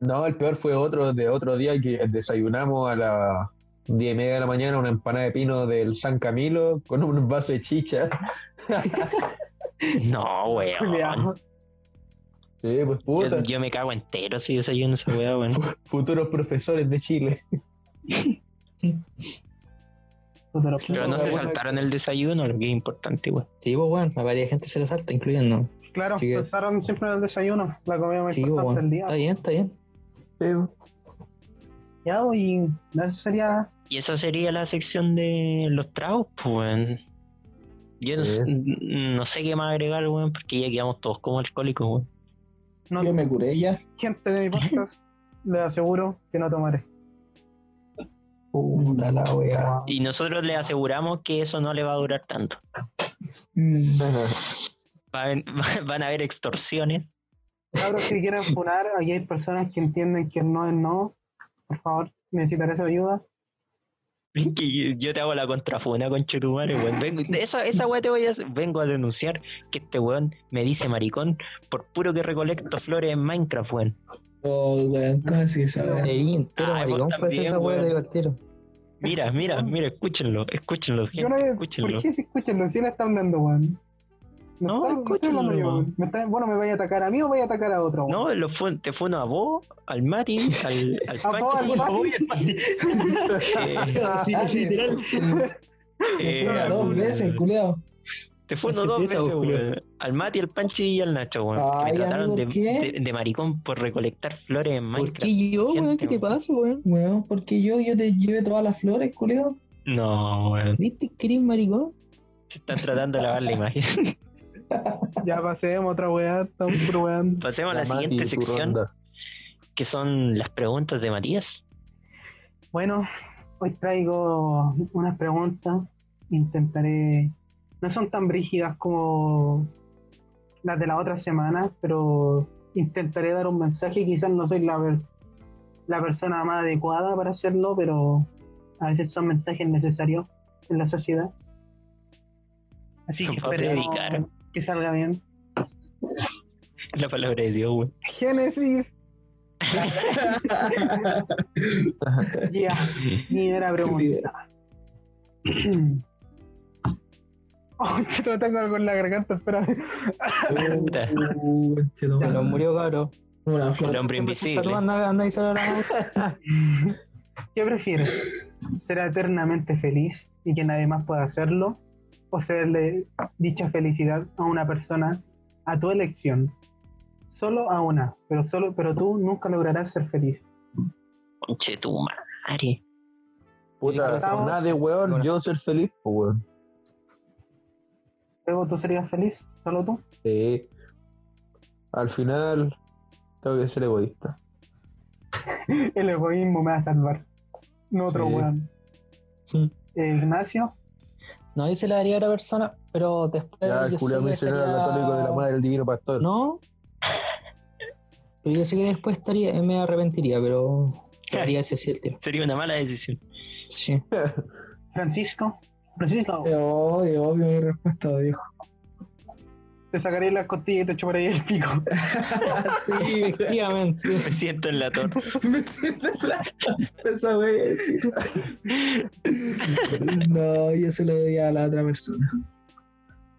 No, el peor fue otro de otro día que desayunamos a las diez y media de la mañana una empanada de pino del San Camilo con un vaso de *laughs* chicha. No, weón. culiao. Sí, pues Yo, puta. yo me cago entero si desayuno esa weá, weón. Futuros profesores de Chile. Pero no se saltaron el desayuno, lo que es importante, weón. Sí, pues, weón. A varias gente se lo salta, incluyendo. Claro, Sí que- pensaron siempre en el desayuno, la comida más Sí, pues, importante weón. del día. Está bien, está bien. Ya, y eso sería. Y esa sería la sección de los tragos, pues, weón. Yo no, Sí. sé- no sé qué más agregar, weón, porque ya quedamos todos como alcohólicos, weón. No, yo me curé ya. Gente de mi *laughs* podcast, les aseguro que no tomaré. Puta la wea. Y nosotros les aseguramos que eso no le va a durar tanto. Mm, *laughs* Van, van a haber extorsiones. Claro, si quieren funar, aquí hay personas que entienden que el no es no. Por favor, necesitaré su ayuda. Que yo- yo te hago la contrafuna con Chetumare, weón. Vengo- esa, esa weá te voy a. Vengo a denunciar que este weón me dice maricón por puro que recolecto flores en Minecraft, weón. Oh, weón, ¿cómo así esa wea? Ahí entero, Ay, vos maricón, pues también, esa weá weón. de bacterio. Mira, mira, mira, escúchenlo, escúchenlo, gente, Yo no escúchenlo. ¿Por qué si escúchenlo? Si él está hablando, weón. No, está- estoy escúchenlo, hablando yo, weón. weón. Me está- bueno, me vaya a atacar a mí o vaya a atacar a otro, weón. No, lo fu- te funo a vos, al Mati, al, al *laughs* A vos, al Pancho, *laughs* Mati. *laughs* eh, Ah, Ah, eh, Fueron al- dos veces, culiao. te funo Así dos empieza, veces, Julio. weón. Al Mati, al Pancho y al Nacho, weón. que Ay, me trataron amigo, de, ¿qué? de- de maricón por recolectar flores en ¿Por Minecraft. qué yo, weón? gente, ¿Qué te weón. pasa, weón? Weón, porque yo, yo te llevé todas las flores, culiao. No, weón. ¿Viste que eres maricón? Se están tratando de lavar la imagen. Ya pasemos otra weá, estamos puro weón. Pasemos a la, Mati, siguiente tu sección, ronda. que son las preguntas de Matías. *laughs* Bueno, hoy traigo unas preguntas. Intentaré. No son tan brígidas como las de la otra semana, pero intentaré dar un mensaje. Quizás no soy la, per- la persona más adecuada para hacerlo, pero a veces son mensajes necesarios en la sociedad. Así que Va a esperemos predicar. que salga bien. La palabra de Dios, weón. Génesis. *laughs* Ya, primera pregunta. *coughs* Oh, lo tengo algo en la garganta, espérame. Puta. Uh, Se nos murió, cabrón. Una flor. El hombre Tú invisible. anda, anda y solo la boca. ¿Qué prefieres? ¿Ser eternamente feliz y que nadie más pueda hacerlo? ¿O serle dicha felicidad a una persona a tu elección? Solo a una, pero, solo, pero tú nunca lograrás ser feliz. Conche tu madre. Puta, Estamos- nada de weón, Bueno. yo ser feliz, pues weón. Luego tú serías feliz, solo tú. Sí. al final tengo que ser egoísta. El egoísmo me va a salvar. No otro Sí. weón. Sí. Eh, Ignacio, No, yo se la daría a otra persona, pero después Ya, Eh, yo el sé culiao que mencionó al estaría- católico de la madre del divino pastor. *laughs* No. Pero yo sé que después estaría, me arrepentiría, pero lo haría ese sí el tiro. Sería una mala decisión. *laughs* Sí. Francisco, Francisco, Es obvio, es obvio mi respuesta, viejo. te sacaré las costillas y te chuparé el pico. *laughs* sí, *laughs* Efectivamente. Me siento en la torre. me siento la... Esa wea, sí. No, yo se lo doy a la otra persona.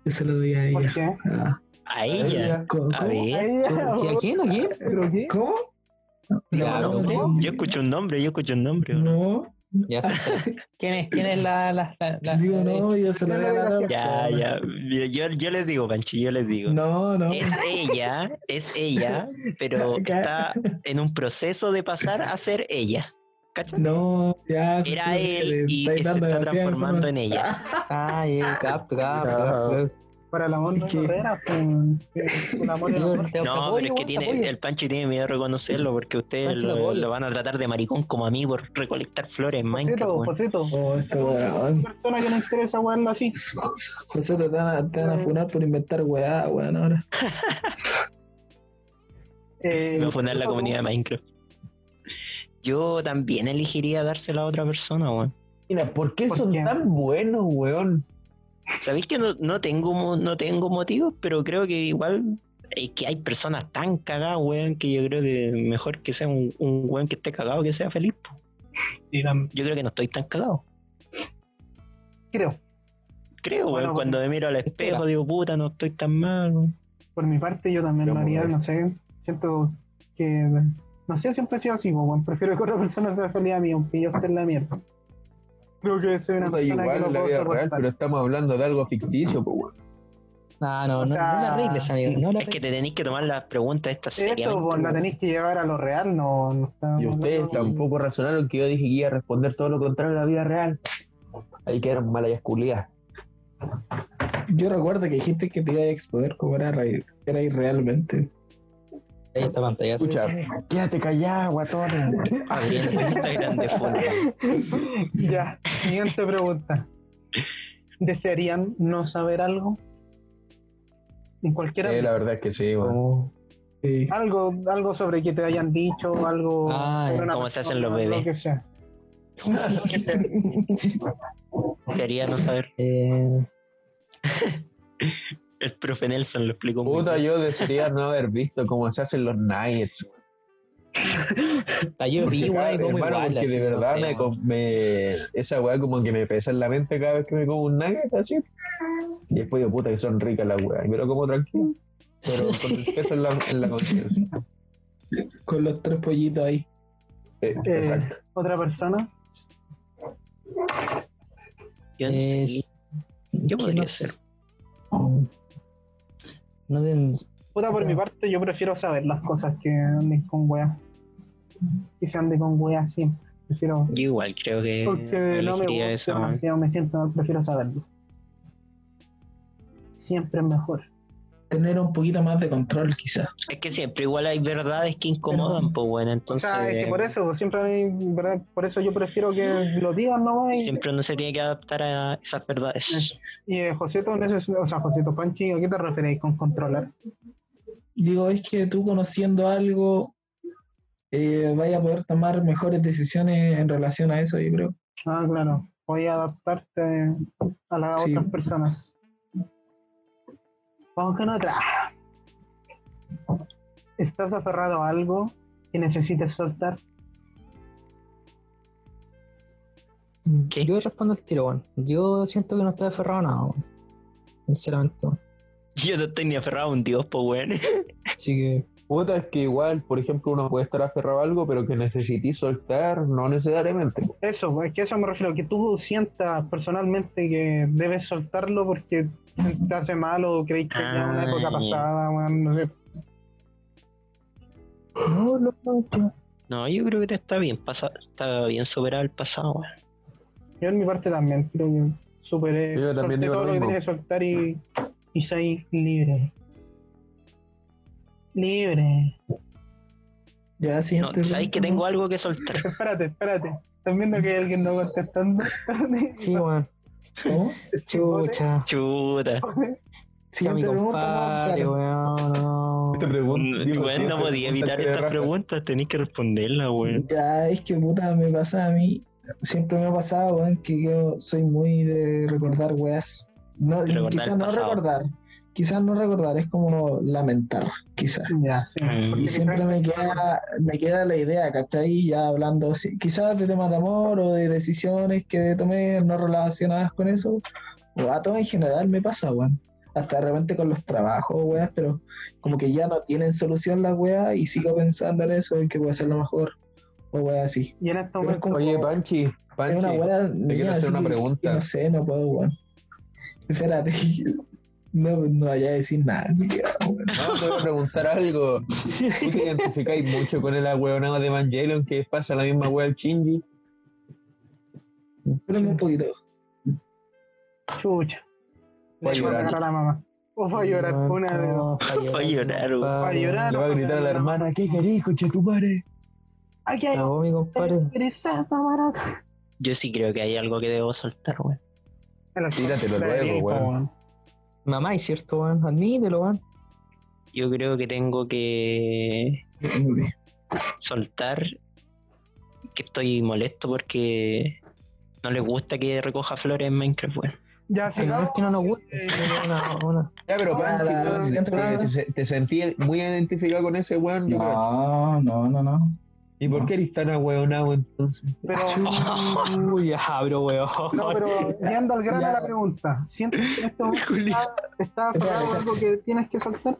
Yo se lo doy a ¿Por ella. qué? Ah, A ella. ¿Cómo? A cómo? ver. Ay, ya, ¿Y ¿A quién? ¿A quién? ¿Pero qué? ¿Cómo? No, Claro, no, ¿cómo? Yo escucho un nombre, yo escucho un nombre. weón. No, Ya solté. ¿Quién es? ¿Quién es la, la, la, la- digo no, yo se lo No, doy a la no, otra Ya, persona. ya. Mira, Yo, yo les digo, Panchi, yo les digo. No, no. Es ella, es ella, pero está en un proceso de pasar a ser ella. ¿Cachai? No, ya. Era sí, él le y estáis se está dando demasiada transformando en información. ella. Ah, ya, capto, capto, capto. Para el amor no hay ¿Qué? barreras, pues, el amor es Digo, amor. te- te No, apoyo, pero es que weón, te apoyo. tiene, el Panchi tiene miedo de reconocerlo porque ustedes Panchi, te lo, apoyo. lo van a tratar de maricón como a mí por recolectar flores en *laughs* Minecraft. Posito, weón. posito. Oh, esto, weón. Persona que no interesa, weón, así. José, te van a, te van a funar por inventar weá, weón, ahora. Eh, Me va a funar la Posito, comunidad de Minecraft. Yo también elegiría dársela a otra persona, weón. Mira, ¿por qué ¿Por son qué? tan buenos, weón? Sabéis que no, no tengo mo- no tengo motivos, pero creo que igual es que hay personas tan cagadas, weón, que yo creo que mejor que sea un, un weón que esté cagado que sea feliz. po. Sí, tam- Yo creo que no estoy tan cagado. creo. Creo, weón. Bueno, cuando me miro al espejo digo, puta, no estoy tan mal. weón. Por mi parte, yo también Yo lo haría, mover. no sé. Siento que. No sé, siempre he sido así, weón. Prefiero que otra persona sea feliz a mí, aunque yo esté en la mierda. Creo que soy una Puta, persona que igual lo en la puedo vida real, soportar. pero estamos hablando de algo ficticio, po, weón. Ah, no, O no, sea, no la arregles, amigo. Eh, No la es que arregles. te tenéis que tomar las preguntas estas Eso, seriamente. vos la weón. tenéis que llevar a lo real, no, no está. Y ustedes tampoco razonaron que yo dije que iba a responder todo lo contrario en la vida real. Ahí quedaron malas culiadas. Yo recuerdo que dijiste que te iba a exponer como era, re- era irrealmente. Ahí está pantalla. Escucha, quédate callada, guatona. Abriendo Instagram de *laughs* full, weón. Ya, siguiente pregunta. ¿Desearían no saber algo? En cualquier Eh, la verdad es que sí, weón. Oh, Como- Sí. algo, algo sobre que te hayan dicho, algo Ah, sobre una cómo se hacen persona, los bebés. lo que sea. Sería no saber. Eh, El profe Nelson lo explicó muy Puta, bien. yo desearía no haber visto cómo se hacen los Nuggets. weón. ta, yo vi, weón, y como Hermano, igual. porque así, de no verdad sé, me, weón. com- me- esa weá como que me pesa en la mente cada vez que me como un nugget así. Y después digo, puta, que son ricas las weas. Y me lo como tranquilo. Pero con el peso en la, en *laughs* la conciencia. Con los tres pollitos ahí. Eh, Eh, exacto. Otra persona, Yo no sé. Es- Yo que podría no ser. sé. No ten- puta por mi parte, yo prefiero saber las cosas que anden con weas. Que se ande con weas siempre. Prefiero. Yo igual creo que Porque no me Eh, elegiría ¿eh? esa, gusta weón. demasiado, me siento mal, prefiero saberlo. Siempre es mejor. Tener un poquito más de control, quizás. Es que siempre igual hay verdades que incomodan, pues bueno, O entonces sea, es que por eso, siempre hay, ¿verdad? por eso yo prefiero que lo digan, ¿no? Y, siempre uno se tiene que adaptar a esas verdades. y eh, Joseto, en ese- o sea, Joseto Panchi, ¿a qué te referís con controlar? Digo, es que tú conociendo algo, eh, vaya a poder tomar mejores decisiones en relación a eso, yo creo. Ah, claro, voy a adaptarte a las Sí. otras personas. Vamos con otra. ¿Estás aferrado a algo que necesites soltar? Mm. ¿Qué? Yo respondo al tiro, weón. Yo siento que no estoy aferrado a nada, weón. Sinceramente, weón. Yo no estoy ni aferrado a un dios, pues bueno. Así que. Puta, es que igual, por ejemplo, uno puede estar aferrado a algo, pero que necesitís soltar, no necesariamente. Eso, es que a eso me refiero, que tú sientas personalmente que debes soltarlo porque te hace mal o crees que ya es una Ah, época ya. pasada, weón, no sé. No, no, no, no. *laughs* No, yo creo que te está bien, pasa, está bien superado el pasado, weón. Yo en mi parte también, creo que superé Yo también solté digo todo lo lo que mismo. tenía que soltar y, y soy libre. Libre. Ya, No, siguiente. Sabéis que tengo algo que soltar. Espérate, espérate. Están viendo que hay alguien no contestando. Sí, weón. ¿Cómo? Chucha. Chuta. Ya mi Siguiente pregunta. compadre, no, claro. weón. No. Te pregunto, digo, Weón, Mm, no siempre podía preguntas evitar que Mm. de estas raja. preguntas, tenéis que responderlas, weón. Ya, es que puta, me pasa a mí. Siempre me ha pasado, weón, que yo soy muy de recordar weas. No, De recordar quizás el no pasado. recordar. Quizás no recordar, es como lamentar, quizás. Ya, sí. Mm. Y siempre me queda, me queda la idea, ¿cachai? Ya hablando sí, quizás de temas de amor o de decisiones que tomé no relacionadas con eso. O a todo en general me pasa, weón. Hasta de repente con los trabajos, weón, pero como que ya no tienen solución las weas y sigo pensando en eso, en que voy a lo mejor. O weón así. Y en este Pero es momento. como- Oye, Panchi, Panchi. es una wea. quiero mía, hacer una así, pregunta. que No sé, no puedo, weón. Espérate. *laughs* No, no vaya a decir nada. weón. No, te voy a *laughs* preguntar algo. ¿Tú te identificáis mucho con el ahueonado de Evangelion que pasa la misma wea al Shinji? Espérame un poquito. Chucha. Voy a Le van llorar. agarrar a la mamá. O va a llorar una Ah, de dos. *laughs* Va a llorar, weón. Va a llorar. Le va a gritar a la hermana, ¿qué querís, coche tu madre? Aquí hay Cagó mi compadre. interesada, barata. Yo sí creo que hay algo que debo soltar, weón. Tíratelo La luego, gripa, weón. Mamá, es cierto, weón. Admítelo, weón. Yo creo que tengo que soltar que estoy molesto porque no les gusta que recoja flores en Minecraft, weón. Ya, Si no sigamos. es que no nos gusta. Eh, sí, *laughs* una, una. Ya, pero Hola, Panchi, weón, siento te, te sentí muy identificado con ese weón. yo creo. No, no, no, no. ¿Y por no. qué eres tan ahueonado entonces? Pero, Uy, ya, *laughs* bro, weón. no, pero yendo al grano Ya. a la pregunta. ¿Sientes que en este momento Julio. está- te está afectando algo que tienes que soltar?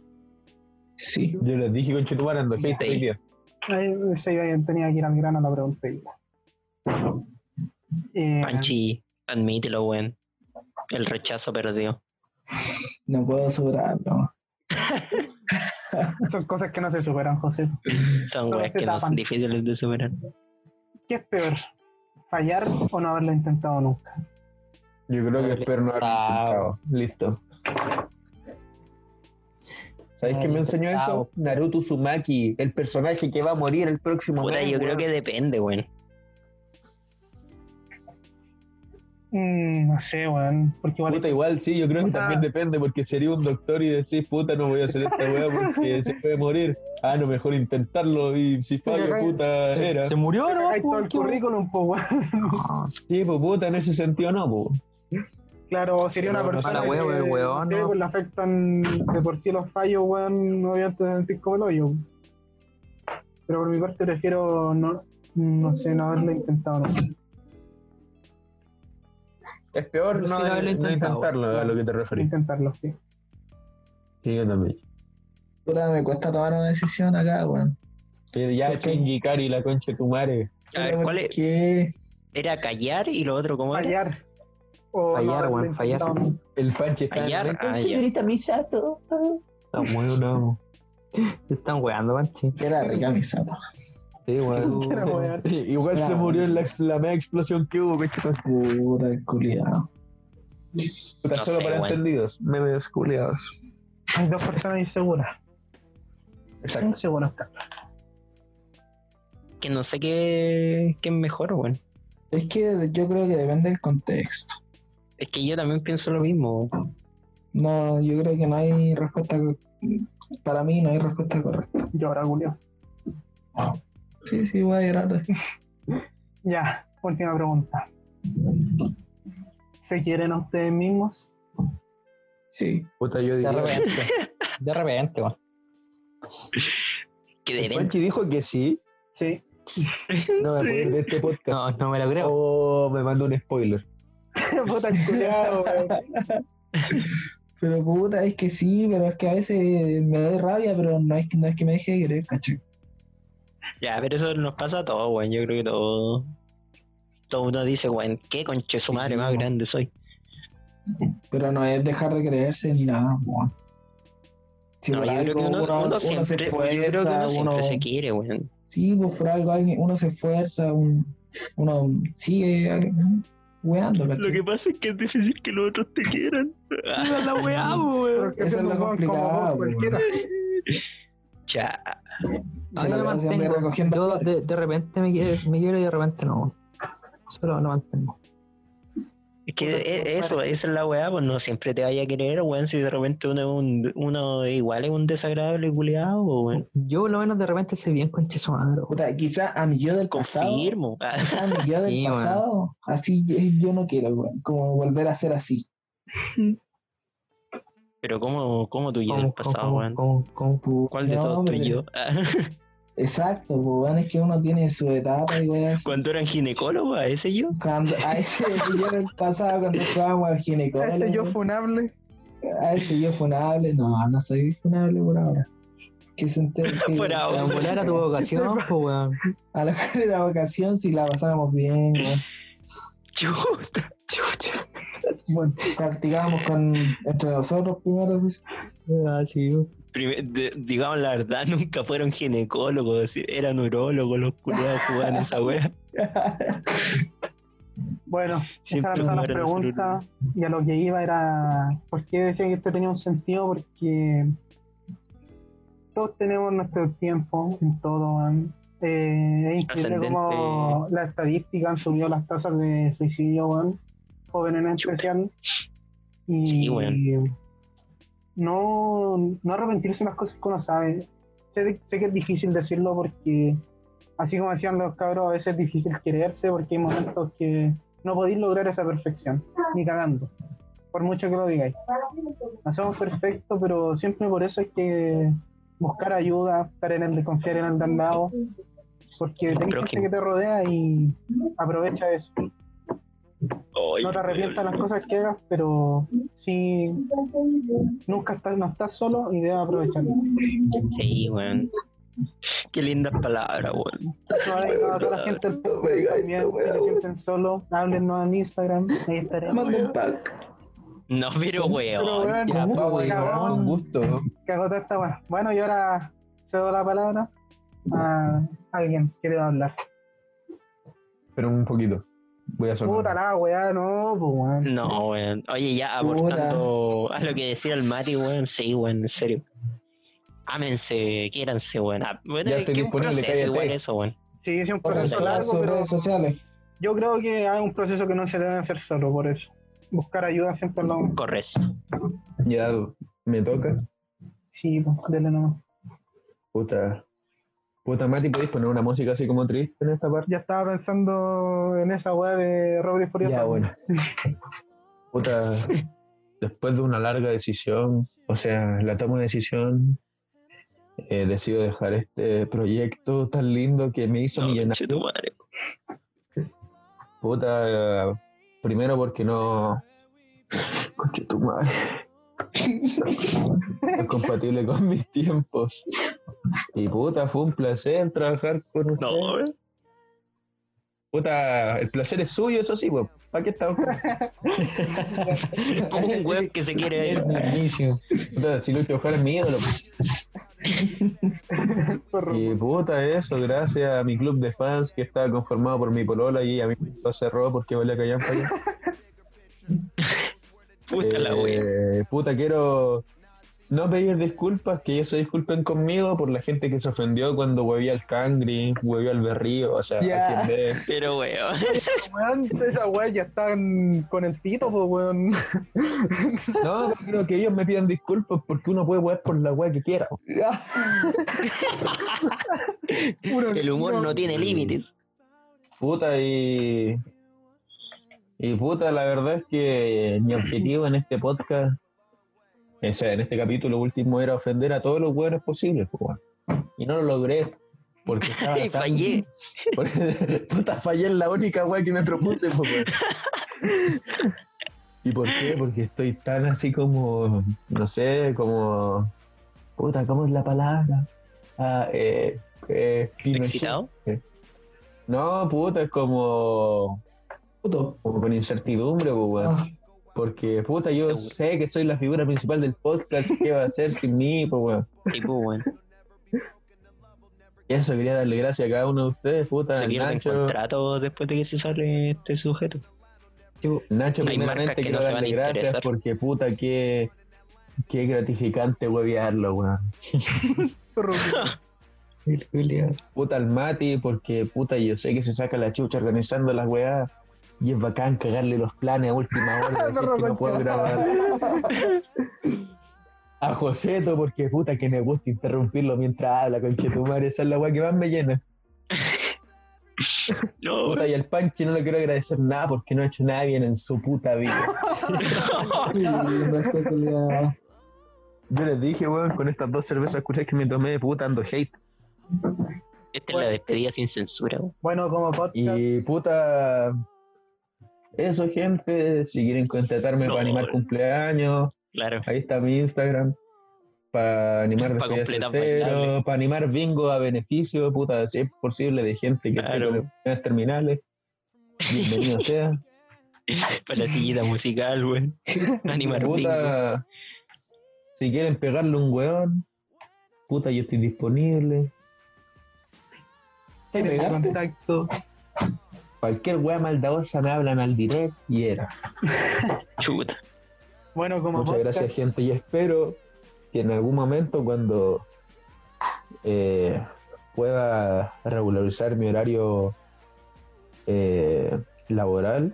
Sí. Yo les dije, coche tu madre, ando hate Sí. hoy día. Ahí, sí, ahí tenía que ir al grano a la pregunta. y- Eh, Panchi, admítelo, weón. El rechazo perdió. No puedo superarlo. son cosas que no se superan, José. Son Solo weas se que no tapan. son difíciles de superar. ¿Qué es peor? ¿Fallar o no haberlo intentado nunca? Yo creo que espero no haberlo Bravo. intentado. Listo. No ¿Sabéis quién me haberlo enseñó intentado. eso? Naruto Uzumaki, el personaje que va a morir el próximo Puta, mes, yo creo weón. que depende, weón. Mm, no sé, weón. Porque igual Puta, igual sí, yo creo que Puta. también depende, porque sería un doctor y decís, puta, no voy a hacer esta weá *laughs* porque se puede morir. Ah, no, mejor intentarlo y si falla, cagáis. puta, era. ¿Se, se murió, Pero no? hay todo el ¿Qué weón? currículum, po, weón. Sí, pues puta, en ese sentido no, pues. Claro, sería Pero una no persona para que huevo, el weón, sí, ¿no? pues, le afectan de por sí los fallos, weón, obviamente se sentir como el hoyo. Pero por mi parte prefiero no, no sé, no haberlo intentado. nunca. Es peor Prefiero no, haberlo no intentado. intentarlo, a lo que te referís. Intentarlo, sí. Sí, yo también. Puta, me cuesta tomar una decisión acá, weón. Pero ya, Ok. Shinji Kari, la concha de tu madre. A ver, Pero ¿cuál es? que- Era callar y lo otro, ¿cómo era? Fallar. O Fallar, haberlo weón, fallar. intentado nunca. El panche está Fallar, en ah, el ya. señorita Misato. Está bueno, no. Te están weando, manche. que era rica mi sapa. Sí, *laughs* weón. Quiero *laughs* weón. Igual se murió en la, ex- la mega explosión que hubo, coche. Puta, el culiao. Puta, No solo sé, para weón. entendidos. Memes culiados. Hay dos personas inseguras. Exacto. Inseguras, Carlos. Que no sé qué, qué es mejor, weón. Es que yo creo que depende del contexto. Es que yo también pienso lo mismo. weón. No, yo creo que no hay respuesta. co- Para mí no hay respuesta correcta. Llora, Julio. Sí, sí, voy a llorar. Ya, última pregunta. ¿Se quieren a ustedes mismos? *laughs* Sí. Puta, De yo diría. repente. De *laughs* repente, weón. Que El depende. Panchi dijo que sí. Sí. No me acuerdo de este podcast. No, no me lo creo. Oh, me mandó un spoiler. *laughs* Puta el culiao, weón. Pero puta, es que sí, pero es que a veces me da rabia, pero no es que, no es que me deje de querer, caché. Ya, pero eso nos pasa a todos, weón. Yo creo que todo. Todo uno dice, weón, qué conche su madre más grande soy. Pero no es dejar de creerse ni nada, weón. Si No, por yo creo que algo uno, uno siempre, yo creo que uno siempre se quiere, weón. Sí, pues por algo alguien, uno se esfuerza, un- uno sigue eh, weando, ¿cachai? pasa es que es difícil que los otros te quieran. la weá, Porque Eso siendo es lo un weón como complicado, vos, cualquiera. Cha. A Se mí lo me veo siempre mantengo. recogiendo Yo flores. de, de repente me quiero, me quiero y de repente no. Solo no mantengo. Es que Puta, e- no, eso, para. esa es la weá, pues no siempre te vaya a querer, weón, si de repente uno, es un- uno igual es un desagradable culiado, weón. Yo por lo menos de repente soy bien conchazo madre. Puta, quizá a mi yo del pasado. Confirmo. Ah, Quizá a mi yo del Sí, weón. pasado. Así yo, yo no quiero, weón. Como volver a ser así. Pero ¿cómo, cómo tú y yo del ¿Cómo, pasado, cómo, weón? cómo, cómo? ¿Cuál de No, todos tú hombre. y yo? Ah, *laughs* Exacto, pues, weón. Es que uno tiene su etapa y weón. Cuando eran ginecólogos, a ese yo. *laughs* Cuando, *laughs* a ese yo del pasado, cuando estábamos al ginecólogo. Ese yo weón. funable. A ver si yo funable. No, no soy funable por ahora. Que se *laughs* entere. que- Por ahora. Triangular a *laughs* tu vocación, pues weón. A la *laughs* hora de la vocación, si la pasábamos bien, weón. Chuta. Chucha. Bueno, practicábamos con, entre nosotros primero. sí. Ah, sí, weón. Prime- de- digamos la verdad, nunca fueron ginecólogos, eran urólogos los culiados jugaban esa weá. Bueno, Siempre esas eran todas las jugaron a ser preguntas. Y a lo que iba era, ¿por qué decían que este tenía un sentido? Porque todos tenemos nuestro tiempo en todo. weón. Eh, es increíble cómo Ascendente. las estadísticas han subido las tasas de suicidio, weón. jóvenes en Chuta. especial. Y Sí, weón. no, no arrepentirse de las cosas que uno sabe. Sé, sé que es difícil decirlo porque, así como decían los cabros, a veces es difícil quererse porque hay momentos que no podéis lograr esa perfección, ni cagando, por mucho que lo digáis. No somos perfectos, pero siempre por eso hay que buscar ayuda, buscar en el de confiar en el de al lado, porque tenés gente prójimo. que te rodea y aprovecha eso. Ay, No te arrepientas de weón. las cosas que hagas, pero sí, nunca estás, no estás solo y debes aprovecharlo. Sí, weón. *laughs* Qué lindas palabras, weón. Eso va dedicado a toda la gente del podcast también, si se sienten solos, háblenos en Instagram, ahí estaremos. Manda un pack. No, pero Pero weón. weón, Ya, puta, pa, weón. Un cagón, gusto. cagó toda esta weá. Bueno, y ahora cedo la palabra a alguien que deba hablar. Pero un poquito. Voy a Puta sonar. la weá, no, pues weón. No, weón. Oye, ya aportando a lo que decía el Mati, weón. Sí, weón, en serio. Ámense, quiéranse, weón. Ah, Bueno, Ya es estoy que es un disponible, proceso cállate. igual eso, weón. Sí, es un Por proceso Puta, las largo, pero redes sociales. yo creo que hay un proceso que no se debe hacer solo, por eso. Buscar ayuda siempre es lo Correcto. Ya me toca. Sí, pues, dele nomás. Puta. Puta, Mati, ¿podéis poner una música así como triste en esta parte? Ya estaba pensando en esa weá de Robert y Furiosa. Ya, bueno. *laughs* Puta, después de una larga decisión, o sea, la toma de decisión, eh, decido dejar este proyecto tan lindo que me hizo No, millonario. conchetumare. Puta, eh, primero porque no. *laughs* Conche tu madre. No es compatible con mis tiempos. Y puta, fue un placer trabajar con usted. No, eh. *laughs* weón. Puta, el placer es suyo, eso sí, weón. ¿Para qué estamos? Como un weón que se quiere ir. Buenísimo. Puta, si Lucho Jara es mi ídolo. Y puta, eso, gracias a mi club de fans que estaba conformado por mi polola y a mí lo cerró porque valía callar para allá. *laughs* Puta la weón. Eh, puta, quiero no pedir disculpas, que ellos se disculpen conmigo por la gente que se ofendió cuando hueví al Cangri, hueví al Berrío, o sea, Ya. a quien ve. Pero weón. Weón, esa weá ya están con el pito, pues weón. No, pero creo que ellos me pidan disculpas porque uno puede huear por la wea que quiera. *laughs* Puro- El humor no tiene límites. Puta, y. Y puta, la verdad es que mi objetivo en este podcast, o sea, en este capítulo último, era ofender a todos los hueones posibles, po, weón. Y no lo logré. *laughs* Porque estaba Ay, tan- *laughs* fallé. Porque- Puta, fallé en la única weá que me propuse, *laughs* po, weón. ¿Y por qué? Porque estoy tan así como, no sé, como... Puta, ¿cómo es la palabra? Ah, eh, eh, Pinochet. ¿Excitado? *laughs* No, puta, es como, Puto. *laughs* como pues, con incertidumbre, po, weón. Ah, Porque, puta, yo Seguro. sé que soy la figura principal del podcast, ¿qué va a hacer sin mí, po, weón? Sí, pues, weón. Y eso, quería darle gracias a cada uno de ustedes, puta, Se pierden Nacho, contratos después de que se sale este sujeto. Nacho, Hay marcas primeramente que quiero no se van darle a gracias interesar. porque puta que Qué gratificante huevearlo, *laughs* weón. El Julio. Puta al Mati, porque puta yo sé que se saca la chucha organizando las weas. Y es bacán cagarle los planes a última *laughs* hora. decir que no puedo grabar. A Joseto, porque puta que me gusta interrumpirlo mientras habla, con Chetumar. Esa es la wea que más me llena. No, Puta, y al Panchi no le quiero agradecer nada porque no ha hecho nada bien en su puta vida. Yo les dije, weón, con estas dos cervezas culiadas que me tomé, puta, ando hate. esta es la despedida sin censura. weón. Bueno, como podcast, Y puta. Eso, gente. Si quieren contratarme No. para animar cumpleaños, Claro. ahí está mi Instagram. Para animar Pa' completas soltero, bailables. para animar bingo a beneficio, puta, si es posible, de gente que esté Claro. con enfermedades terminales. *laughs* Bienvenido sea. *laughs* Para la sillita musical, *laughs* weón. Animar bingo. Puta, si quieren pegarle un weón, puta, yo estoy disponible. ¿Qué Tienen pegaste? contacto. Cualquier wea maldadosa me hablan al direct y era. Chuta. bueno, como Muchas podcast, *laughs* gracias, gente, y espero que en algún momento cuando eh, pueda regularizar mi horario eh, laboral,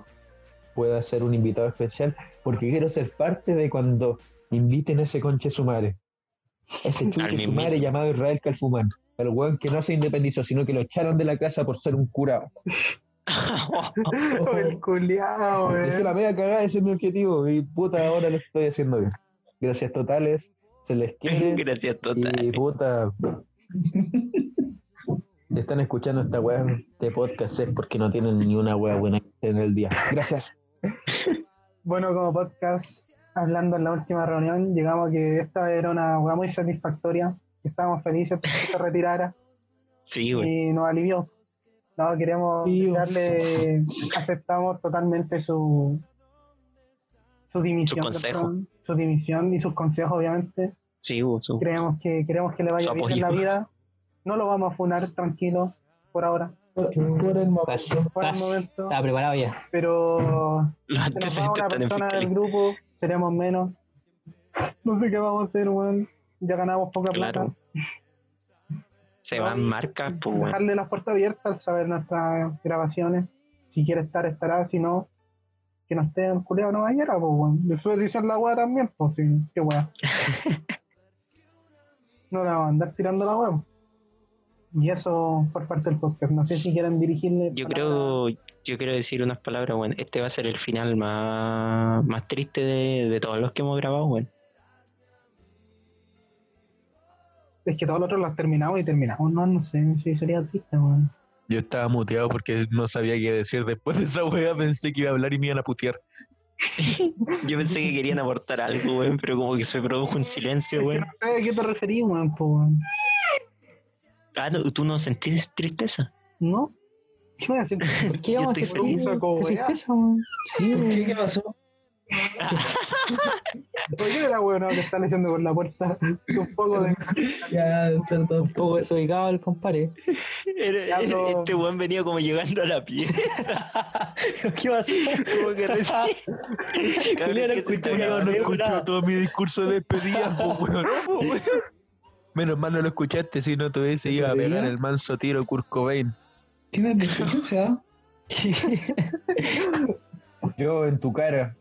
pueda ser un invitado especial, porque quiero ser parte de cuando inviten a ese conche sumare. Ese chuche mismísimo. sumare llamado Israel Calfumán. El weón que no se independizó, sino que lo echaron de la casa por ser un curado. Oh, el *laughs* culiao, Es que weón. la media cagada, ese es mi objetivo. Y puta, ahora lo estoy haciendo bien. Gracias totales, se les *laughs* quiere. Gracias y total. *laughs* puta. te Están escuchando esta weá de podcast es porque no tienen ni una weá buena en el día. Gracias. Bueno, como podcast, hablando en la última reunión, llegamos a que esta era una weá muy satisfactoria. Estábamos felices porque se retirara. Sí, weón. y nos alivió. No, queremos Tío. darle, aceptamos totalmente su su dimisión, Sus consejos. perdón, su dimisión y sus consejos, obviamente. Sí, weón. su- Creemos que queremos que le vaya Su bien en la apoyo. vida. No lo vamos a funar, tranquilo, por ahora, Por, por el momento. Casi, por el casi. momento. Estaba preparado ya. Pero Los se nos va antecedentes una están en persona del fiscalía. grupo, seremos menos. No sé qué vamos a hacer, weón. Ya ganamos poca plata. Claro. Se No, van y- marcas, pues, weón. dejarle las puertas abiertas, saber nuestras grabaciones. Si quiere estar, estará. Si no, que no esté en culeado no vaya, pues, weón. De su decisión la weá también, pues, sí, *laughs* qué weá. no la van a andar tirando la weá. Y eso por parte del podcast. No sé si quieren dirigirle. Yo palabras. creo, yo quiero decir unas palabras, bueno, este va a ser el final más, más triste de, de todos los que hemos grabado, bueno. Es que todos los otros las terminamos y terminamos. No, no sé, sí, sería triste, weón. Yo estaba muteado porque no sabía qué decir. Después de esa weá pensé que iba a hablar y me iban a putear. Yo pensé que querían aportar algo, bueno, pero como que se produjo un silencio, Es que bueno. no sé a qué te referís, weón, pues, weón. Ah, no, tú no sentís tristeza. *laughs* ¿No? ¿Qué voy a decir? ¿Por qué Yo vamos a estoy hacer feliz, feliz? saco, Qué weá. tristeza, weón. Sí, ¿Por *laughs* qué? weón. ¿Qué pasó? ¿Por qué era weón que está leyendo por la puerta? *laughs* Un poco de. Ya, perdón. Un poco desubicado el compadre. Era- Ya era- lo- este weón venía como llegando a la pieza, ¿Qué va a hacer? como que recién. Julián, que se escucha, echaba Diego, la no mierda. escucha. Nada. todo mi discurso de despedida, po, weón. Menos mal no lo escuchaste, si no te hubiese ido a pegar el manso tiro Kurt Cobain. ¿Tienes displicencia? Yo en tu cara.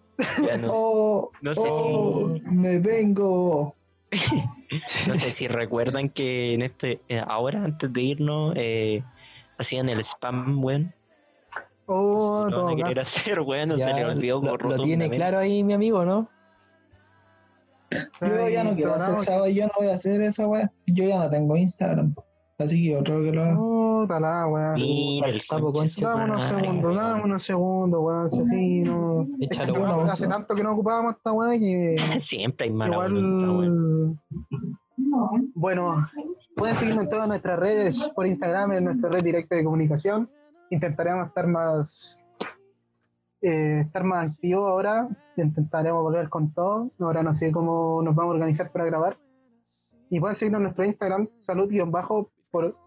Ya no, Oh, no sé oh, me vengo. si, no sé si recuerdan que en este, eh, ahora antes de irnos, eh, hacían el spam, bueno. Oh, No, todo no querer caso. hacer, weón, no se Ya, le olvidó lo, como lo tiene rotundamente. claro ahí mi amigo, ¿no? Yo ya no quiero hacer esa wea, yo no voy a hacer esa wea. Yo ya no tengo Instagram. Así que otro que lo haga. Puta la weá. Mira el Al sapo, conche su Dame unos madre, segundos, weón. dame unos segundos, weón. Si así no. Échalo, Es que weón. bueno, Hace vos- tanto que no ocupábamos esta weá que. *laughs* Siempre hay mala voluntad, weón. *laughs* Igual. Bueno, pueden seguirnos en todas nuestras redes, por Instagram, en nuestra red directa de comunicación. Intentaremos estar más eh, estar más activos ahora. Intentaremos volver con todo. Ahora no sé cómo nos vamos a organizar para grabar. Y pueden seguirnos en nuestro Instagram, salud-por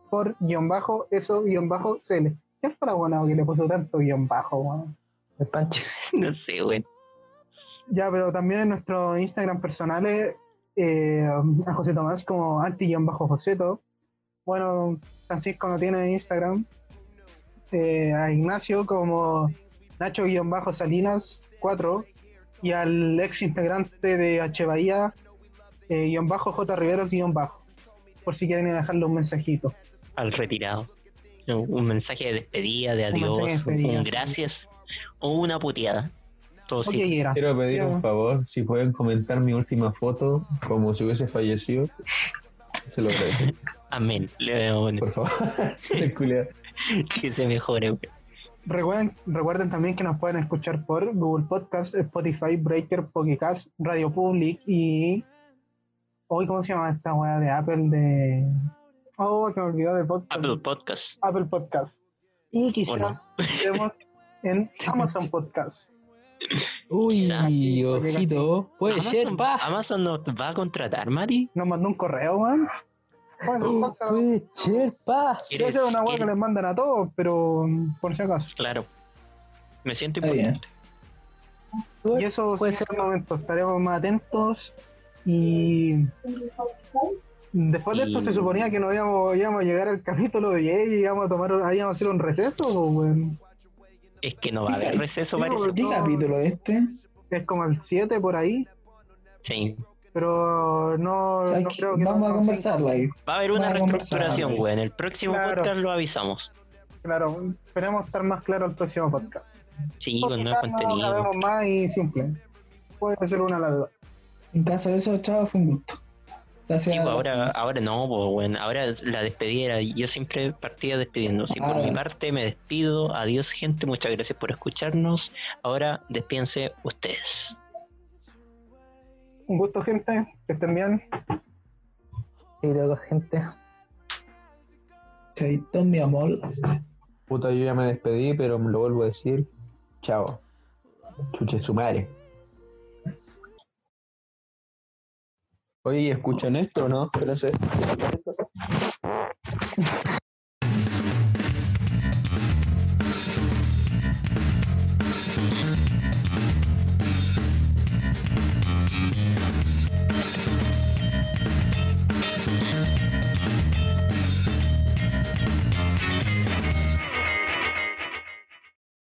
por guión bajo eso guión bajo cl qué fragonado que le puso tanto guión bajo weón? El pancho. No sé, weón. ya pero también en nuestros Instagram personales eh, a José Tomás como anti-joseto. Bueno, Francisco no tiene Instagram. Eh, a Ignacio como Nacho-Salinas 4 y al ex integrante de H Bahía eh, guión bajo J Riveros guión bajo por si quieren ir a dejarle un mensajito al retirado. Un mensaje de despedida, de Un adiós, un, mensaje de despedida, sí. gracias o una puteada. Todo o sí. que quiera Quiero pedir Ya. un favor, si pueden comentar mi última foto como si hubiese fallecido. Se lo agradezco, Amén. León, por favor. *laughs* El culiao. que se mejore. weón. recuerden, recuerden también que nos pueden escuchar por Google Podcast Spotify Breaker Pocketcast Radio Public y hoy cómo se llama esta weá de Apple de oh se me olvidó de podcast Apple Podcast. Apple Podcast y quizás estemos en Amazon Podcast Uy, Exacto. ojito. Puede ser, Amazon, pa. Amazon nos va a contratar, Mati. nos mandó un correo man Bueno, Uh, pasa- Puede ser, pa. ¿Quieres- Esa es una weá que quieres- les mandan a todos, pero mm, por si acaso. Claro. Me siento Está bien. importante. Y eso Puede será el momento, estaremos más atentos y después de esto Y- se suponía que no íbamos, íbamos a llegar al capítulo 10 y íbamos a tomar, íbamos a hacer un receso, pues, weón. Es que no va a haber *laughs* Fíjate. receso, No, parece. ¿Qué No. capítulo es este? es como el 7 por ahí, Sí. pero no, O sea, no que- creo que vamos no- a conversarlo ahí. Va a haber una Vamos a conversar, reestructuración, pues. güey. En el próximo Claro. podcast lo avisamos. Claro, esperemos estar más claro el próximo podcast. Sí, O con nuevo quizás no contenido. sabemos más y simple. Puede ser una la duda. En caso de eso, chao, fue un gusto. Gracias. Sí, pues, ahora, ahora no, pues, bueno, ahora la despedida, era- yo siempre partía despidiendo. Así, por Ah. mi parte me despido, adiós gente, muchas gracias por escucharnos. Ahora despídense ustedes. Un gusto, gente, que estén bien. Y luego, gente. Chaito, mi amor. Puta, yo ya me despedí, pero lo vuelvo a decir. Chao. Chuche su madre. Oye, ¿escuchan esto o no? Espérense.